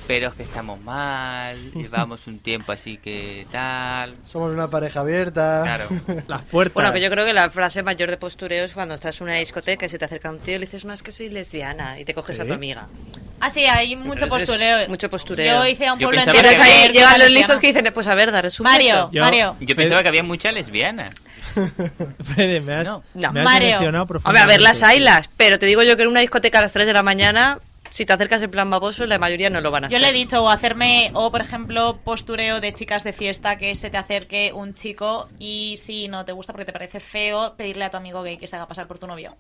Speaker 7: Pero es que estamos mal, llevamos un tiempo así que tal.
Speaker 5: Somos una pareja abierta.
Speaker 7: Claro.
Speaker 3: Las puertas.
Speaker 6: Bueno, que yo creo que la frase mayor de postureo es cuando estás en una discoteca y se te acerca un tío y le dices, no, es que soy lesbiana, y te coges
Speaker 3: Sí.
Speaker 6: a tu amiga.
Speaker 4: Ah, sí, hay mucho
Speaker 6: Entonces,
Speaker 4: postureo.
Speaker 6: mucho postureo.
Speaker 4: Yo hice a un
Speaker 7: Yo
Speaker 4: pueblo
Speaker 7: pensaba
Speaker 4: entero.
Speaker 6: Pero
Speaker 7: que
Speaker 6: es
Speaker 4: de
Speaker 7: había-
Speaker 6: ahí
Speaker 4: mujeres
Speaker 6: llegan los
Speaker 4: lesbianas.
Speaker 6: listos que dicen, pues a ver, dar es un
Speaker 4: Mario,
Speaker 3: Yo-
Speaker 4: Mario.
Speaker 7: Yo pensaba que había muchas lesbianas.
Speaker 3: [LAUGHS] Fede, me has,
Speaker 7: No.
Speaker 6: No.
Speaker 3: me has
Speaker 4: Mario.
Speaker 3: decepcionado
Speaker 6: A ver, a ver, las
Speaker 3: profundamente.
Speaker 6: hay las, pero te digo yo que en una discoteca a las 3 de la mañana, si te acercas en plan baboso, la mayoría no lo van a
Speaker 4: Yo
Speaker 6: hacer.
Speaker 4: le he dicho, o hacerme, o por ejemplo, postureo de chicas de fiesta que se te acerque un chico y si no te gusta porque te parece feo, pedirle a tu amigo gay que se haga pasar por tu novio.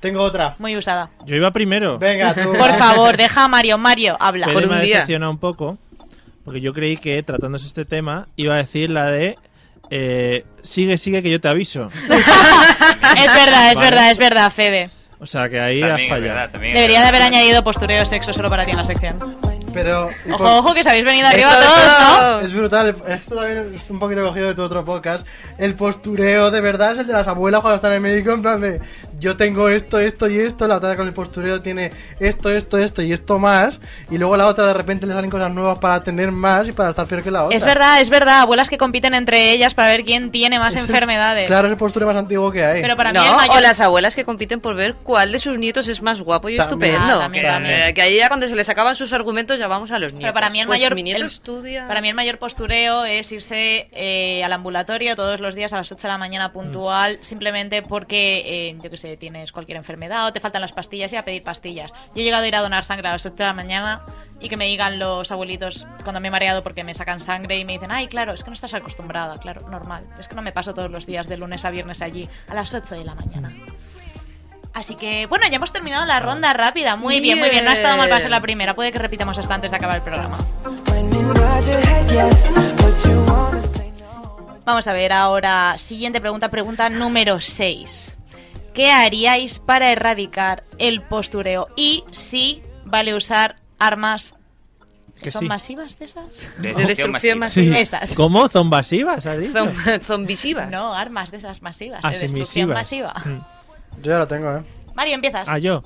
Speaker 5: Tengo otra.
Speaker 4: Muy usada.
Speaker 3: Yo iba primero.
Speaker 5: Venga, tú.
Speaker 4: [LAUGHS] Por favor, deja a Mario. Mario, habla.
Speaker 3: Fede
Speaker 6: Por
Speaker 3: me
Speaker 6: un
Speaker 3: ha
Speaker 6: día.
Speaker 3: decepcionado un poco. Porque yo creí que tratándose este tema iba a decir la de. eh, sigue, sigue, que yo te aviso.
Speaker 4: es verdad, es
Speaker 3: Vale.
Speaker 4: verdad, es verdad, Fede.
Speaker 3: O sea que ahí has
Speaker 7: También es
Speaker 3: fallado.
Speaker 7: verdad, también es
Speaker 4: Debería de
Speaker 7: verdad.
Speaker 4: haber añadido postureo sexo solo para ti en la sección.
Speaker 5: Pero. y por-
Speaker 4: Ojo, ojo, que os habéis venido arriba
Speaker 6: Esto-
Speaker 4: todos, ¿no?
Speaker 6: esto-
Speaker 5: Es brutal, esto también es un poquito cogido de tu otro podcast. El postureo de verdad es el de las abuelas cuando están en el médico, en plan de yo tengo esto, esto y esto, la otra con el postureo tiene esto, esto, esto y esto más, y luego la otra de repente le salen cosas nuevas para tener más y para estar peor que la otra.
Speaker 4: Es verdad, es verdad. Abuelas que compiten entre ellas para ver quién tiene más
Speaker 5: Es el-
Speaker 4: enfermedades.
Speaker 5: Claro, es el postureo más antiguo que hay.
Speaker 4: Pero para mí el
Speaker 6: No,
Speaker 4: mayor...
Speaker 6: o las abuelas que compiten por ver cuál de sus nietos es más guapo y
Speaker 5: También.
Speaker 6: estupendo.
Speaker 4: Ah, también,
Speaker 6: que,
Speaker 4: también.
Speaker 6: que ahí ya cuando se les acaban sus argumentos ya vamos a los nietos.
Speaker 4: Pero para mí el
Speaker 6: Pues
Speaker 4: mayor
Speaker 6: mi nieto
Speaker 4: el-
Speaker 6: estudia.
Speaker 4: Para mí el mayor postureo es irse eh, al ambulatorio todos los días a las 8 de la mañana
Speaker 6: Mm.
Speaker 4: puntual, simplemente porque, eh, yo qué sé, tienes cualquier enfermedad o te faltan las pastillas y a pedir pastillas. Yo he llegado a ir a donar sangre a las 8 de la mañana y que me digan los abuelitos cuando me he mareado porque me sacan sangre y me dicen, ay, claro, es que no estás acostumbrada, claro, normal. Es que no me paso todos los días de lunes a viernes allí a las 8 de la mañana. Así que, bueno, ya hemos terminado la ronda rápida. Muy bien, muy bien. No ha estado mal para ser la primera. Puede que repitamos hasta antes de acabar el programa. Vamos a ver ahora, siguiente pregunta, pregunta número 6. ¿Qué haríais para erradicar el postureo? Y si vale usar armas que
Speaker 3: Que
Speaker 4: son
Speaker 3: sí.
Speaker 4: masivas de esas.
Speaker 6: De destrucción
Speaker 3: Sí.
Speaker 6: masiva.
Speaker 4: Esas.
Speaker 3: ¿Cómo? ¿Zombasivas? ¿Has dicho?
Speaker 6: Zom- [LAUGHS] Zombisivas.
Speaker 4: No, armas de esas masivas,
Speaker 3: Ah,
Speaker 4: de
Speaker 3: sí,
Speaker 4: destrucción
Speaker 3: misivas.
Speaker 4: masiva.
Speaker 3: Mm.
Speaker 5: Yo ya lo tengo, ¿eh?
Speaker 4: Mario, empiezas.
Speaker 3: Ah, yo.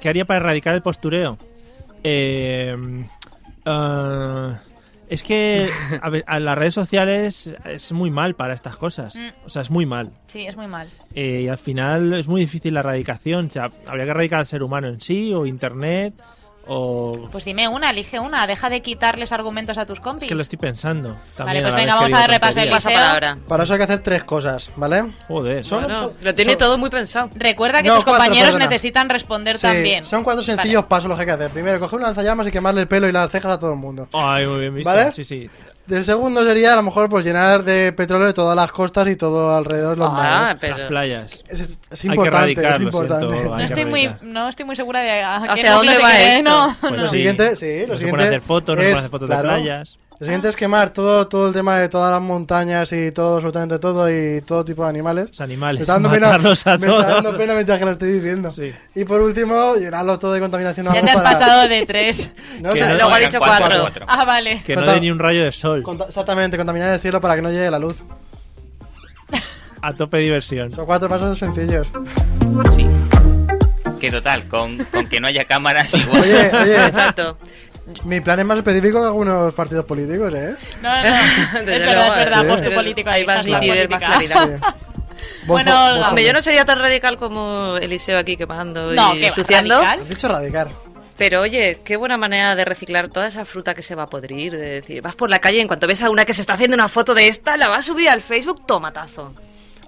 Speaker 3: ¿Qué haría para erradicar el postureo? Eh, ah, es que a ver, a las redes sociales es muy mal para estas cosas.
Speaker 4: Mm.
Speaker 3: O sea, es muy mal.
Speaker 4: Sí, es muy mal.
Speaker 3: Eh, y al final es muy difícil la erradicación. O sea, habría que erradicar al ser humano en sí, o internet, o.
Speaker 4: Pues dime una, elige una. Deja de quitarles argumentos a tus compis.
Speaker 3: Es que lo estoy pensando. también
Speaker 4: Vale, pues
Speaker 3: la vez
Speaker 4: venga,
Speaker 3: que
Speaker 4: vamos a
Speaker 3: digo
Speaker 4: darle paso al
Speaker 3: tonterías.
Speaker 6: Pasa palabra.
Speaker 5: Para eso hay que hacer tres cosas, ¿vale?
Speaker 3: Joder.
Speaker 5: Solo-
Speaker 6: No,
Speaker 5: so-
Speaker 6: lo tiene
Speaker 5: so-
Speaker 6: todo muy pensado.
Speaker 4: Recuerda que
Speaker 5: No,
Speaker 4: tus
Speaker 5: cuatro,
Speaker 4: compañeros
Speaker 5: perdona.
Speaker 4: necesitan responder
Speaker 5: Sí,
Speaker 4: también.
Speaker 5: Son cuatro
Speaker 4: Vale.
Speaker 5: sencillos pasos los que hay que hacer. Primero, coger un lanzallamas y quemarle el pelo y las cejas a todo el mundo.
Speaker 3: Ay, muy bien visto.
Speaker 5: ¿Vale?
Speaker 3: Sí, sí.
Speaker 5: Del segundo sería a lo mejor pues llenar de petróleo todas las costas y todo alrededor los
Speaker 6: Ah,
Speaker 5: mares.
Speaker 3: Las
Speaker 6: pero.
Speaker 3: playas.
Speaker 5: Es, es
Speaker 3: Hay que
Speaker 5: importante, es
Speaker 3: erradicarlo,
Speaker 5: importante.
Speaker 3: siento,
Speaker 4: No
Speaker 3: Vale,
Speaker 4: estoy, muy,
Speaker 3: Carmelita.
Speaker 4: no estoy muy segura de a qué
Speaker 6: ¿Hacia dónde
Speaker 4: núcleo se
Speaker 6: va
Speaker 4: quede,
Speaker 6: esto?
Speaker 4: No,
Speaker 3: Pues
Speaker 4: no.
Speaker 5: Lo siguiente, sí, lo
Speaker 3: no se
Speaker 5: siguiente
Speaker 3: pueden hacer fotos, no se
Speaker 5: es-
Speaker 3: pueden hacer fotos
Speaker 5: claro.
Speaker 3: de playas.
Speaker 5: Lo siguiente es quemar todo, todo el tema de todas las montañas y todo, absolutamente todo y todo tipo de animales.
Speaker 3: Los animales.
Speaker 5: Me está dando pena,
Speaker 3: Matarlos a
Speaker 5: me está dando
Speaker 3: todos.
Speaker 5: pena mientras que lo estoy diciendo.
Speaker 3: Sí.
Speaker 5: Y por último, llenarlo todo de contaminación. o
Speaker 4: Ya
Speaker 5: algo
Speaker 4: te has
Speaker 5: para-
Speaker 4: pasado de
Speaker 6: [LAUGHS]
Speaker 4: tres.
Speaker 5: No
Speaker 3: Que
Speaker 5: sé,
Speaker 3: no-
Speaker 6: Luego ha
Speaker 7: Oigan,
Speaker 6: dicho
Speaker 7: cuatro,
Speaker 6: cuatro.
Speaker 7: cuatro.
Speaker 4: Ah, vale.
Speaker 3: Que no
Speaker 5: Total.
Speaker 3: dé ni un rayo de sol.
Speaker 5: conta- exactamente, contaminar el cielo para que no llegue la luz.
Speaker 3: A tope diversión.
Speaker 5: Son cuatro pasos sencillos.
Speaker 7: [LAUGHS] Que total, con, con que no
Speaker 6: [LAUGHS]
Speaker 7: haya cámaras igual.
Speaker 5: Oye,
Speaker 3: [LAUGHS]
Speaker 5: oye,
Speaker 6: Exacto.
Speaker 5: mi plan es más específico que algunos partidos políticos,
Speaker 6: [LAUGHS]
Speaker 5: ¿eh?
Speaker 4: No, no. [LAUGHS] es
Speaker 6: Desde
Speaker 4: verdad,
Speaker 6: luego,
Speaker 4: es verdad.
Speaker 5: sí.
Speaker 4: Poste político.
Speaker 6: Ahí vas
Speaker 4: hashtag
Speaker 6: nitidez, más
Speaker 4: política.
Speaker 6: claridad.
Speaker 4: Bueno,
Speaker 5: Bofo-
Speaker 4: Olga.
Speaker 5: bofo-
Speaker 6: Hombre, yo no sería tan radical como Eliseo aquí
Speaker 4: [LAUGHS]
Speaker 6: quemando
Speaker 4: No,
Speaker 6: y
Speaker 4: que va,
Speaker 6: ensuciando.
Speaker 4: radical.
Speaker 5: Has dicho radicar.
Speaker 6: Pero oye, qué buena manera de reciclar toda esa fruta que se va a podrir. De decir, vas por la calle y en cuanto ves a una que se está haciendo una foto de esta, la vas a subir al Facebook, tomatazo.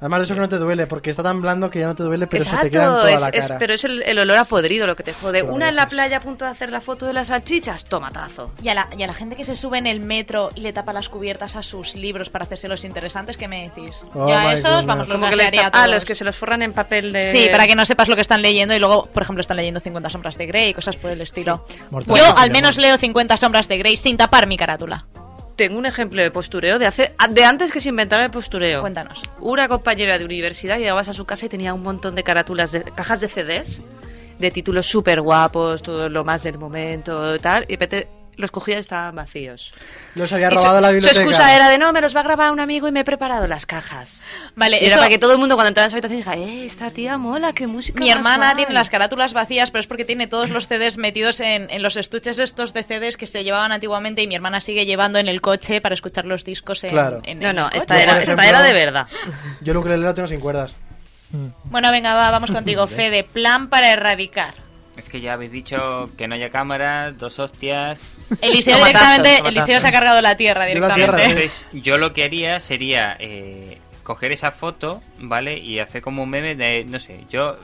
Speaker 5: Además de eso que no te duele, porque está tan blando que ya no te duele, pero se te queda en
Speaker 6: Exacto,
Speaker 5: toda
Speaker 6: es,
Speaker 5: la
Speaker 6: es-
Speaker 5: cara.
Speaker 6: pero es el, el olor a podrido lo que te jode.
Speaker 5: Pero
Speaker 6: Una en la
Speaker 5: dices.
Speaker 6: playa a punto de hacer la foto de las salchichas, tomatazo.
Speaker 4: Y a, la, y a la gente que se sube en el metro y le tapa las cubiertas a sus libros para hacerse los interesantes, ¿qué me decís?
Speaker 5: Oh
Speaker 4: ya
Speaker 5: my
Speaker 4: esos, vamos, los
Speaker 5: goodness.
Speaker 6: Como que les
Speaker 4: haría
Speaker 6: tap- ah, los que se los forran en papel de...
Speaker 4: Sí, para que no sepas lo que están leyendo y luego, por ejemplo, están leyendo 50 sombras de Grey y cosas por el estilo.
Speaker 3: Mortadelo
Speaker 4: Yo
Speaker 3: sin
Speaker 4: al menos
Speaker 3: amor.
Speaker 4: leo 50 sombras de Grey sin tapar mi carátula.
Speaker 6: Tengo un ejemplo de postureo de hace de antes que se inventara el postureo.
Speaker 4: Cuéntanos.
Speaker 6: Una compañera de universidad llegabas a su casa y tenía un montón de carátulas, de, cajas de CDs, de títulos súper guapos, todo lo más del momento, tal, y de repente los cogía y estaban vacíos.
Speaker 5: Los había
Speaker 6: Y su,
Speaker 5: robado la
Speaker 6: su
Speaker 5: biblioteca.
Speaker 6: excusa era de no, me los va a grabar un amigo y me he preparado las cajas.
Speaker 4: Vale,
Speaker 6: Y era
Speaker 4: eso-
Speaker 6: para que todo el mundo cuando entraba en su habitación dijera, eh, esta tía mola, qué música.
Speaker 4: Mi
Speaker 6: más
Speaker 4: hermana
Speaker 6: guay".
Speaker 4: tiene las carátulas vacías, pero es porque tiene todos los CDs metidos en, en los estuches estos de CDs que se llevaban antiguamente y mi hermana sigue llevando en el coche para escuchar los discos en,
Speaker 5: Claro.
Speaker 4: en
Speaker 6: No,
Speaker 4: el
Speaker 6: no,
Speaker 4: coche.
Speaker 6: esta era, esta era de verdad.
Speaker 5: Yo el ukelele lo tengo sin cuerdas.
Speaker 4: Bueno, venga, va, [LAUGHS] vamos contigo, Fede. Plan para [LAUGHS] erradicar.
Speaker 7: Es que ya habéis dicho que no haya cámaras, dos hostias.
Speaker 4: Eliseo
Speaker 6: Tomatazo,
Speaker 4: directamente,
Speaker 6: tomatazo.
Speaker 4: Eliseo se ha cargado la tierra
Speaker 5: Yo la tierra,
Speaker 4: directamente.
Speaker 7: Entonces, yo lo que haría sería eh, coger esa foto, ¿vale? Y hacer como un meme de, no sé, yo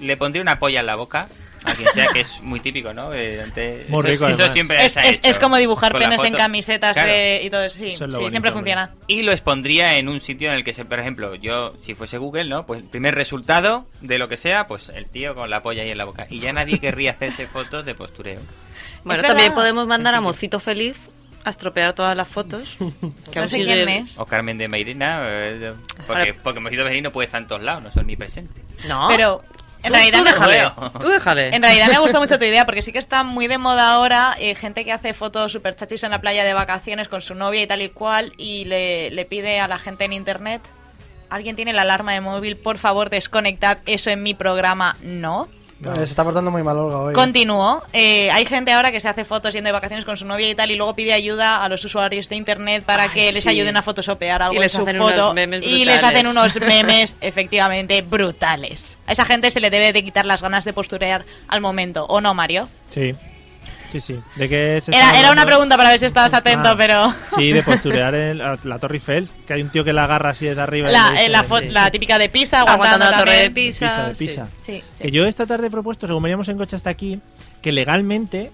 Speaker 7: le pondría una polla en la boca. A quien sea, que es muy típico, ¿no? Eh, antes-
Speaker 3: Muy
Speaker 7: eso-
Speaker 3: rico,
Speaker 7: eso,
Speaker 3: además.
Speaker 7: siempre
Speaker 4: Es,
Speaker 7: se ha
Speaker 4: es-
Speaker 7: hecho.
Speaker 4: es como dibujar
Speaker 7: Con la
Speaker 4: penes en
Speaker 7: foto.
Speaker 4: camisetas
Speaker 7: Claro.
Speaker 4: de- y todo. Sí,
Speaker 3: Eso es lo
Speaker 4: sí,
Speaker 3: bonito, hombre.
Speaker 4: siempre funciona.
Speaker 7: Y lo expondría en un sitio en el que se, por ejemplo, yo, si fuese Google, ¿no? Pues el primer resultado de lo que sea, pues el tío con la polla ahí en la boca. Y ya nadie querría hacerse fotos de postureo.
Speaker 6: Bueno,
Speaker 4: verdad.
Speaker 6: también podemos mandar a Mocito Feliz a estropear todas las fotos. Que
Speaker 4: No
Speaker 6: aún
Speaker 4: sé
Speaker 6: sigue-
Speaker 4: quién es.
Speaker 7: O Carmen de Mairena, eh, porque,
Speaker 6: Ahora-
Speaker 7: porque Mojito Berlín no puede estar en todos lados, no son ni presentes.
Speaker 6: No,
Speaker 4: Pero En realidad
Speaker 6: tú
Speaker 4: me-
Speaker 6: déjale.
Speaker 7: Bueno.
Speaker 6: Tú déjale.
Speaker 4: En realidad me gusta mucho tu idea porque sí que está muy de moda ahora eh, gente que hace fotos super chachis en la playa de vacaciones con su novia y tal y cual y le, le pide a la gente en internet, ¿alguien tiene la alarma de móvil? Por favor, desconectad eso en mi programa. No.
Speaker 5: Eh, Se está portando muy mal Olga hoy.
Speaker 4: Continúo. Eh, hay gente ahora que se hace fotos yendo de vacaciones con su novia y tal y luego pide ayuda a los usuarios de internet para
Speaker 6: Ay,
Speaker 4: que les
Speaker 6: sí.
Speaker 4: ayuden a photoshopear algo
Speaker 6: Y les
Speaker 4: en su
Speaker 6: hacen
Speaker 4: foto
Speaker 6: unos memes
Speaker 4: y les hacen
Speaker 6: brutales.
Speaker 4: unos
Speaker 6: [LAUGHS]
Speaker 4: memes efectivamente brutales. A esa gente se le debe de quitar las ganas de posturear al momento, ¿o no, Mario?
Speaker 3: Sí. Sí, sí. ¿De qué se está
Speaker 4: Era, era una
Speaker 3: hablando?
Speaker 4: pregunta para ver si estabas atento,
Speaker 3: Ah.
Speaker 4: pero...
Speaker 3: Sí,
Speaker 4: [LAUGHS]
Speaker 3: de posturear en la, la Torre Eiffel. Que hay un tío que la agarra así desde arriba. y le
Speaker 4: La,
Speaker 3: dice-
Speaker 4: eh, la, fo-
Speaker 6: sí.
Speaker 4: la típica de Pisa, aguantando,
Speaker 6: Aguantando la torre de
Speaker 4: también.
Speaker 6: Pisa.
Speaker 3: Pisa, de
Speaker 6: sí.
Speaker 3: Pisa.
Speaker 4: Sí, sí.
Speaker 3: Que yo esta tarde he propuesto, según veníamos en coche hasta aquí, que legalmente,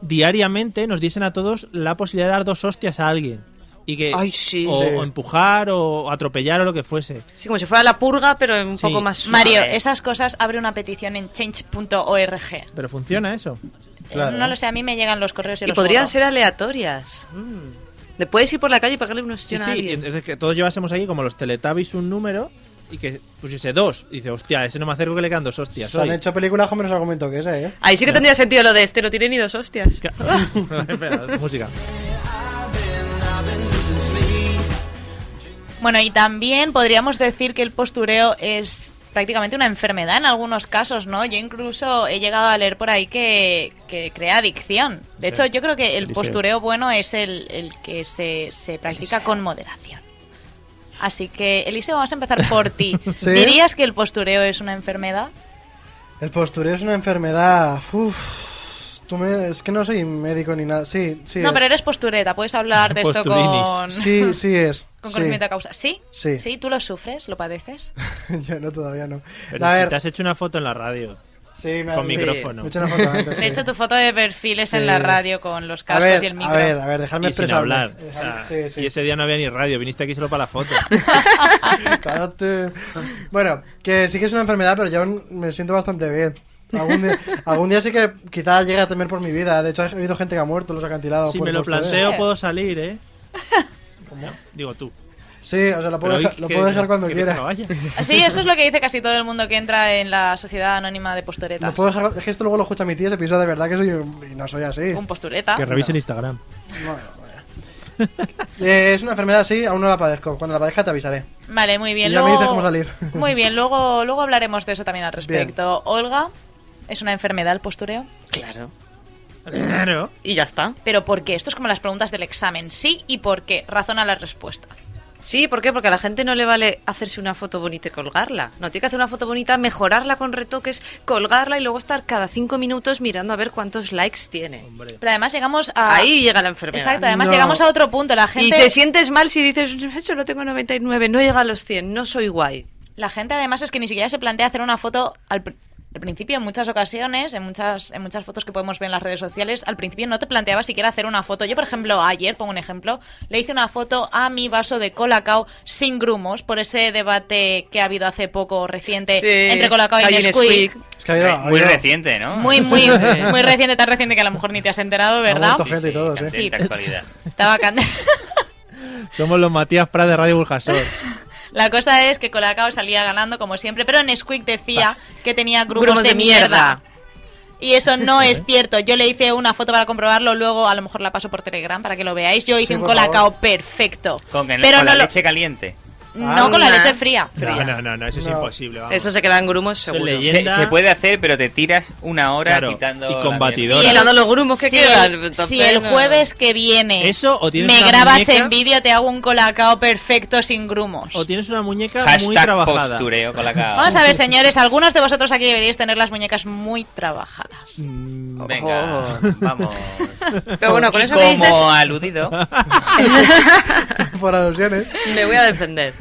Speaker 3: diariamente, nos diesen a todos la posibilidad de dar dos hostias a alguien. Y que,
Speaker 6: Ay, sí.
Speaker 3: o,
Speaker 5: Sí.
Speaker 3: o empujar, o atropellar, o lo que fuese.
Speaker 6: Sí, como si fuera la purga, pero un
Speaker 3: Sí.
Speaker 6: poco más suave.
Speaker 4: Mario, esas cosas abre una petición en change.org. Eh,
Speaker 3: Pero funciona eso.
Speaker 5: Claro.
Speaker 4: No lo sé, a mí me llegan los correos y,
Speaker 6: Y
Speaker 4: los
Speaker 6: podrían
Speaker 4: borro.
Speaker 6: ser aleatorias. Mm. Le puedes ir por la calle y pagarle un
Speaker 3: Sí,
Speaker 6: ostión a
Speaker 3: sí, y
Speaker 6: alguien.
Speaker 3: entonces que todos llevásemos aquí como los Teletubbies un número y que pusiese dos. Y dice, hostia, ese no me acerco que le quedan dos hostias.
Speaker 5: Se han
Speaker 3: hoy".
Speaker 5: hecho películas con menos argumento que ese, ¿eh?
Speaker 6: Ahí sí que tendría sentido lo de este, no tiene ni dos hostias.
Speaker 3: Que- [LAUGHS] Espera, música.
Speaker 4: Bueno, y también podríamos decir que el postureo es prácticamente una enfermedad en algunos casos, ¿no? Yo incluso he llegado a leer por ahí que, que crea adicción. De hecho, yo creo que el
Speaker 3: Eliseo.
Speaker 4: postureo bueno es el, el que se, se practica con moderación. Así que, Eliseo, vamos a empezar por ti.
Speaker 5: [LAUGHS] Sí.
Speaker 4: ¿Dirías que el postureo es una enfermedad?
Speaker 5: El postureo es una enfermedad. Uf, tú me- Es que no soy médico ni nada. Sí, sí.
Speaker 4: no,
Speaker 5: es.
Speaker 4: pero eres postureta, puedes hablar de esto
Speaker 3: Posturinis.
Speaker 4: con,
Speaker 5: Sí,
Speaker 6: [LAUGHS]
Speaker 5: sí es.
Speaker 4: con
Speaker 5: sí.
Speaker 4: conocimiento de causa. ¿Sí?
Speaker 5: Sí.
Speaker 4: ¿Tú lo sufres? ¿Lo padeces?
Speaker 5: [LAUGHS] Yo no, todavía no.
Speaker 3: Pero
Speaker 5: a
Speaker 3: si
Speaker 5: ver,
Speaker 3: te has hecho una foto en la radio.
Speaker 5: sí, me ha-
Speaker 3: Con
Speaker 5: sí,
Speaker 3: micrófono.
Speaker 5: me he hecho una foto antes,
Speaker 4: De
Speaker 5: sí.
Speaker 4: hecho, tu foto de perfil es en
Speaker 5: Sí.
Speaker 4: la radio con los
Speaker 5: a
Speaker 4: cascos
Speaker 5: ver,
Speaker 4: y el micro.
Speaker 5: a ver, a ver, dejadme
Speaker 3: Y sin
Speaker 5: expresarme.
Speaker 3: hablar. O
Speaker 5: Dejadme-
Speaker 3: sea,
Speaker 5: sí, sí.
Speaker 3: Y ese día no había ni radio, viniste aquí solo para la foto.
Speaker 5: Cállate. Bueno, que sí que es una enfermedad, pero yo aún me siento bastante bien. Algún día, algún día sí que quizá llegue a temer por mi vida. De hecho, ha habido gente que ha muerto en los acantilados.
Speaker 3: si
Speaker 5: por
Speaker 3: me lo
Speaker 5: postureo.
Speaker 3: planteo,
Speaker 4: Sí.
Speaker 3: puedo salir,
Speaker 5: [LAUGHS]
Speaker 3: ¿eh? ¿Cómo? Digo tú.
Speaker 5: Sí, o sea, lo puedo,
Speaker 3: Pero
Speaker 5: dejar,
Speaker 3: hoy
Speaker 5: lo
Speaker 3: que-
Speaker 5: puedo dejar cuando
Speaker 3: que
Speaker 5: quiera.
Speaker 3: no
Speaker 5: [LAUGHS]
Speaker 3: vaya.
Speaker 4: [LAUGHS] Sí, eso es lo que dice casi todo el mundo que entra en la sociedad anónima de posturetas.
Speaker 5: Lo puedo dejar, es que esto luego lo escucha mi tía y se piensa de verdad que soy un- y no soy así.
Speaker 4: Un postureta.
Speaker 3: Que revisen Instagram. [LAUGHS]
Speaker 5: Eh, es una enfermedad, sí, aún no la padezco. Cuando la padezca te avisaré.
Speaker 4: Vale, muy bien.
Speaker 5: Y ya me
Speaker 4: luego...
Speaker 5: dices cómo salir. [LAUGHS]
Speaker 4: Muy bien, luego, luego hablaremos de eso también al respecto. Olga, ¿es una enfermedad el postureo?
Speaker 6: Claro.
Speaker 3: Claro.
Speaker 6: Y ya está.
Speaker 4: ¿Pero por qué? Esto es como las preguntas del examen. ¿Sí y por qué? Razona la respuesta.
Speaker 6: Sí, ¿por qué? Porque a la gente no le vale hacerse una foto bonita y colgarla. No, tiene que hacer una foto bonita, mejorarla con retoques, colgarla y luego estar cada cinco minutos mirando a ver cuántos likes tiene.
Speaker 3: Hombre.
Speaker 4: Pero además llegamos a...
Speaker 6: Ahí llega la enfermedad.
Speaker 4: Ah, Exacto, además
Speaker 5: No.
Speaker 4: llegamos a otro punto. La gente...
Speaker 6: Y te sientes mal si dices, yo no tengo 99, no llega a los 100, no soy guay.
Speaker 4: La gente además es que ni siquiera se plantea hacer una foto al, pr- al principio en muchas ocasiones, en muchas, en muchas fotos que podemos ver en las redes sociales, al principio no te planteabas siquiera hacer una foto. Yo, por ejemplo, ayer, pongo un ejemplo, le hice una foto a mi vaso de Colacao sin grumos por ese debate que ha habido hace poco reciente entre Colacao y
Speaker 6: Hay un
Speaker 4: Nesquik.
Speaker 6: squeak.
Speaker 5: Es que ha habido. ha
Speaker 7: Eh, Muy
Speaker 5: habido-
Speaker 7: reciente, ¿no?
Speaker 4: Muy, muy, muy reciente, tan reciente que a lo mejor ni te has enterado, ¿verdad?
Speaker 5: muerto. gente y
Speaker 3: ¿eh?
Speaker 5: todo, sí.
Speaker 7: candente
Speaker 4: Sí.
Speaker 7: actualidad.
Speaker 4: Estaba candente.
Speaker 3: Somos los Matías Prat de Radio Burjasor.
Speaker 4: [LAUGHS] La cosa es que Colacao salía ganando como siempre, pero Nesquik decía que tenía grumos, de, mierda. Y
Speaker 3: [LAUGHS]
Speaker 4: eso no es cierto. Yo le hice una foto para comprobarlo, luego a lo mejor la paso por Telegram para que lo veáis. Yo hice un
Speaker 5: Sí, por favor.
Speaker 4: colacao perfecto.
Speaker 6: [LAUGHS]
Speaker 7: Con, el-
Speaker 4: pero
Speaker 7: con
Speaker 4: no
Speaker 7: la
Speaker 4: lo-
Speaker 7: leche caliente.
Speaker 4: No con la
Speaker 6: Anda.
Speaker 4: leche fría.
Speaker 3: No, no, no, no, eso es
Speaker 5: No.
Speaker 3: imposible. vamos.
Speaker 6: Eso se queda en grumos seguro.
Speaker 3: leyenda.
Speaker 7: Se,
Speaker 3: Tienda-
Speaker 7: se puede hacer, pero te tiras una hora
Speaker 3: Claro,
Speaker 7: quitando.
Speaker 3: y
Speaker 7: la
Speaker 3: con
Speaker 7: mierda.
Speaker 3: batidor.
Speaker 6: Sí, quitando los grumos que
Speaker 4: si
Speaker 6: quedan,
Speaker 4: el-
Speaker 6: entonces
Speaker 4: si el
Speaker 6: no.
Speaker 4: jueves que viene
Speaker 3: Eso, o tienes
Speaker 4: me
Speaker 3: una
Speaker 4: grabas
Speaker 3: muñeca-
Speaker 4: en vídeo, te hago un colacao perfecto sin grumos.
Speaker 3: O tienes una muñeca muy
Speaker 7: Hashtag
Speaker 3: trabajada.
Speaker 7: postureo con la cava.
Speaker 4: Vamos a ver, señores, algunos de vosotros aquí deberíais tener las muñecas muy trabajadas.
Speaker 3: Mm.
Speaker 7: Venga, vamos.
Speaker 6: Pero bueno, con
Speaker 7: Y
Speaker 6: eso que
Speaker 7: como
Speaker 6: dices, [LAUGHS]
Speaker 7: aludido,
Speaker 5: [LAUGHS] por alusiones.
Speaker 6: me voy a defender.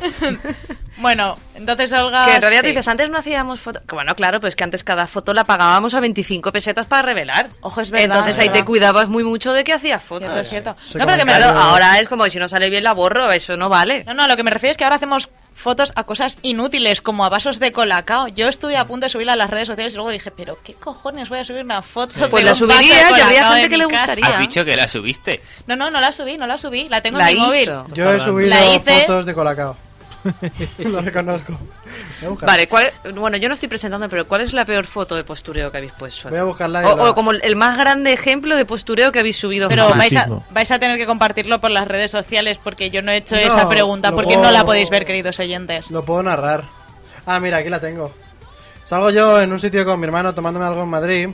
Speaker 4: Bueno, entonces Olga...
Speaker 6: Que en realidad
Speaker 4: Ah, sí.
Speaker 6: dices, antes no hacíamos fotos. Bueno, claro, pues que antes cada foto la pagábamos a 25 pesetas para revelar.
Speaker 4: Ojo, es verdad,
Speaker 6: Entonces
Speaker 4: es
Speaker 6: ahí
Speaker 4: verdad.
Speaker 6: te cuidabas muy mucho de que hacías fotos.
Speaker 4: Cierto, es cierto.
Speaker 5: Se
Speaker 4: No, pero que me-
Speaker 6: Claro, ahora es como si no sale bien la borro, eso no vale.
Speaker 4: No, no, lo que me refiero es que ahora hacemos fotos a cosas inútiles, como a vasos de colacao. Yo estuve a punto de subirla a las redes sociales y luego dije, pero ¿qué cojones voy a subir una foto? de
Speaker 6: Pues la
Speaker 4: un vaso de
Speaker 6: subiría y habría
Speaker 4: Colacao
Speaker 6: gente
Speaker 4: en
Speaker 6: que
Speaker 4: mi
Speaker 6: le
Speaker 4: casa?
Speaker 6: gustaría.
Speaker 7: has dicho que la subiste.
Speaker 4: No, no, no la subí, no la subí. La tengo
Speaker 6: La
Speaker 4: en mi móvil.
Speaker 6: hizo.
Speaker 5: Yo he
Speaker 3: Está
Speaker 5: subido [LAUGHS]
Speaker 4: La hice-
Speaker 5: fotos de Colacao. lo reconozco. Voy a buscar.
Speaker 6: Vale, ¿cuál, bueno, yo no estoy presentando, pero ¿cuál es la peor foto de postureo que habéis puesto?
Speaker 5: Voy a buscarla. y
Speaker 6: O,
Speaker 5: la-
Speaker 6: o como el más grande ejemplo de postureo que habéis subido.
Speaker 4: Pero
Speaker 6: jamás.
Speaker 4: vais a,
Speaker 3: Racismo.
Speaker 4: vais a tener que compartirlo por las redes sociales porque yo no he hecho
Speaker 5: No,
Speaker 4: esa pregunta
Speaker 5: lo
Speaker 4: porque
Speaker 5: puedo-
Speaker 4: no la podéis ver, queridos oyentes.
Speaker 5: Lo puedo narrar. Ah, mira, aquí la tengo. Salgo yo en un sitio con mi hermano tomándome algo en Madrid,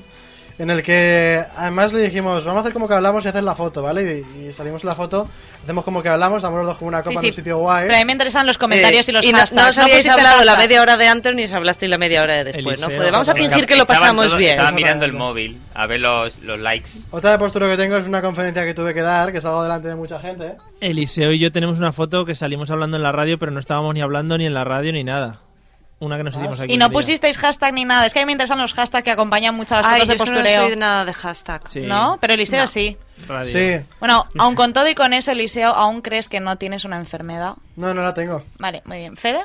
Speaker 5: en el que además le dijimos, vamos a hacer como que hablamos y hacer la foto, ¿vale? Y, y salimos la foto, hacemos como que hablamos, damos los dos con una copa
Speaker 4: Sí,
Speaker 5: en
Speaker 4: sí.
Speaker 5: un sitio guay.
Speaker 4: Pero a mí me interesan los comentarios
Speaker 6: Eh,
Speaker 4: y los
Speaker 6: no,
Speaker 4: hashtags.
Speaker 6: no os habíais
Speaker 4: pusiste
Speaker 6: hablado la
Speaker 4: hashtag.
Speaker 6: media hora de antes ni os hablasteis la media hora de después, ¿no?
Speaker 3: Eliseo,
Speaker 6: Fue de, vamos a
Speaker 3: Sabrina.
Speaker 6: fingir que lo
Speaker 7: Estaban
Speaker 6: pasamos
Speaker 7: todos-
Speaker 6: bien.
Speaker 7: Estaba mirando el móvil a ver los, los likes.
Speaker 5: Otra de postura que tengo es una conferencia que tuve que dar, que salgo delante de mucha gente.
Speaker 3: Eliseo y yo tenemos una foto que salimos hablando en la radio, pero no estábamos ni hablando ni en la radio ni nada. Una que nos
Speaker 5: Ah,
Speaker 3: hicimos aquí.
Speaker 4: Y
Speaker 3: un
Speaker 4: no
Speaker 3: día.
Speaker 4: pusisteis hashtag ni nada. Es que a mí me interesan los hashtags que acompañan mucho a las
Speaker 6: Ay,
Speaker 4: fotos de
Speaker 6: yo es que no soy de
Speaker 4: postureo.
Speaker 6: nada de hashtag.
Speaker 3: Sí.
Speaker 4: ¿No? Pero Eliseo
Speaker 6: No.
Speaker 4: sí.
Speaker 3: Radio.
Speaker 5: Sí,
Speaker 4: Bueno, aun con todo y con eso, Eliseo, ¿aún crees que no tienes una enfermedad?
Speaker 5: no, no la tengo.
Speaker 4: Vale, muy bien. ¿Fede?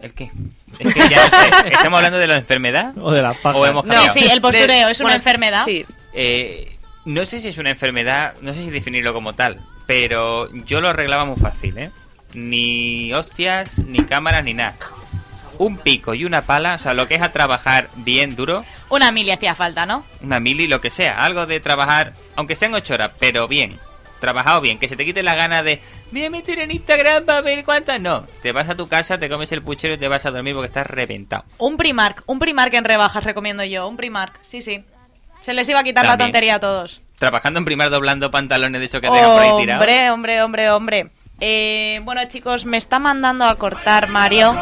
Speaker 7: ¿El qué? Es que ya no sé. ¿Estamos hablando de la enfermedad?
Speaker 3: O de la paja.
Speaker 7: O hemos
Speaker 6: No.
Speaker 7: cambiado.
Speaker 4: Sí, sí, el postureo
Speaker 6: De-
Speaker 4: es una enfermedad.
Speaker 6: Sí.
Speaker 7: Eh, no sé si es una enfermedad, no sé si definirlo como tal, pero yo lo arreglaba muy fácil, ¿eh? Ni hostias, ni cámaras, ni nada. Un pico y una pala, o sea, lo que es a trabajar bien duro,
Speaker 4: Una mili hacía falta, ¿no?
Speaker 7: una mili, lo que sea, algo de trabajar, aunque sean ocho horas, pero bien, trabajado bien, que se te quite la gana de, voy a meter en Instagram para ver cuántas, no, te vas a tu casa, te comes el puchero y te vas a dormir porque estás reventado.
Speaker 4: Un Primark. Un Primark en rebajas recomiendo yo. Un Primark. Sí, sí. Se les iba a quitar la
Speaker 7: También.
Speaker 4: tontería a todos.
Speaker 7: Trabajando en primer doblando pantalones de esos que dejan por ahí tirados.
Speaker 4: Hombre, hombre, hombre, hombre. Eh, bueno, chicos, me está mandando a cortar Mario.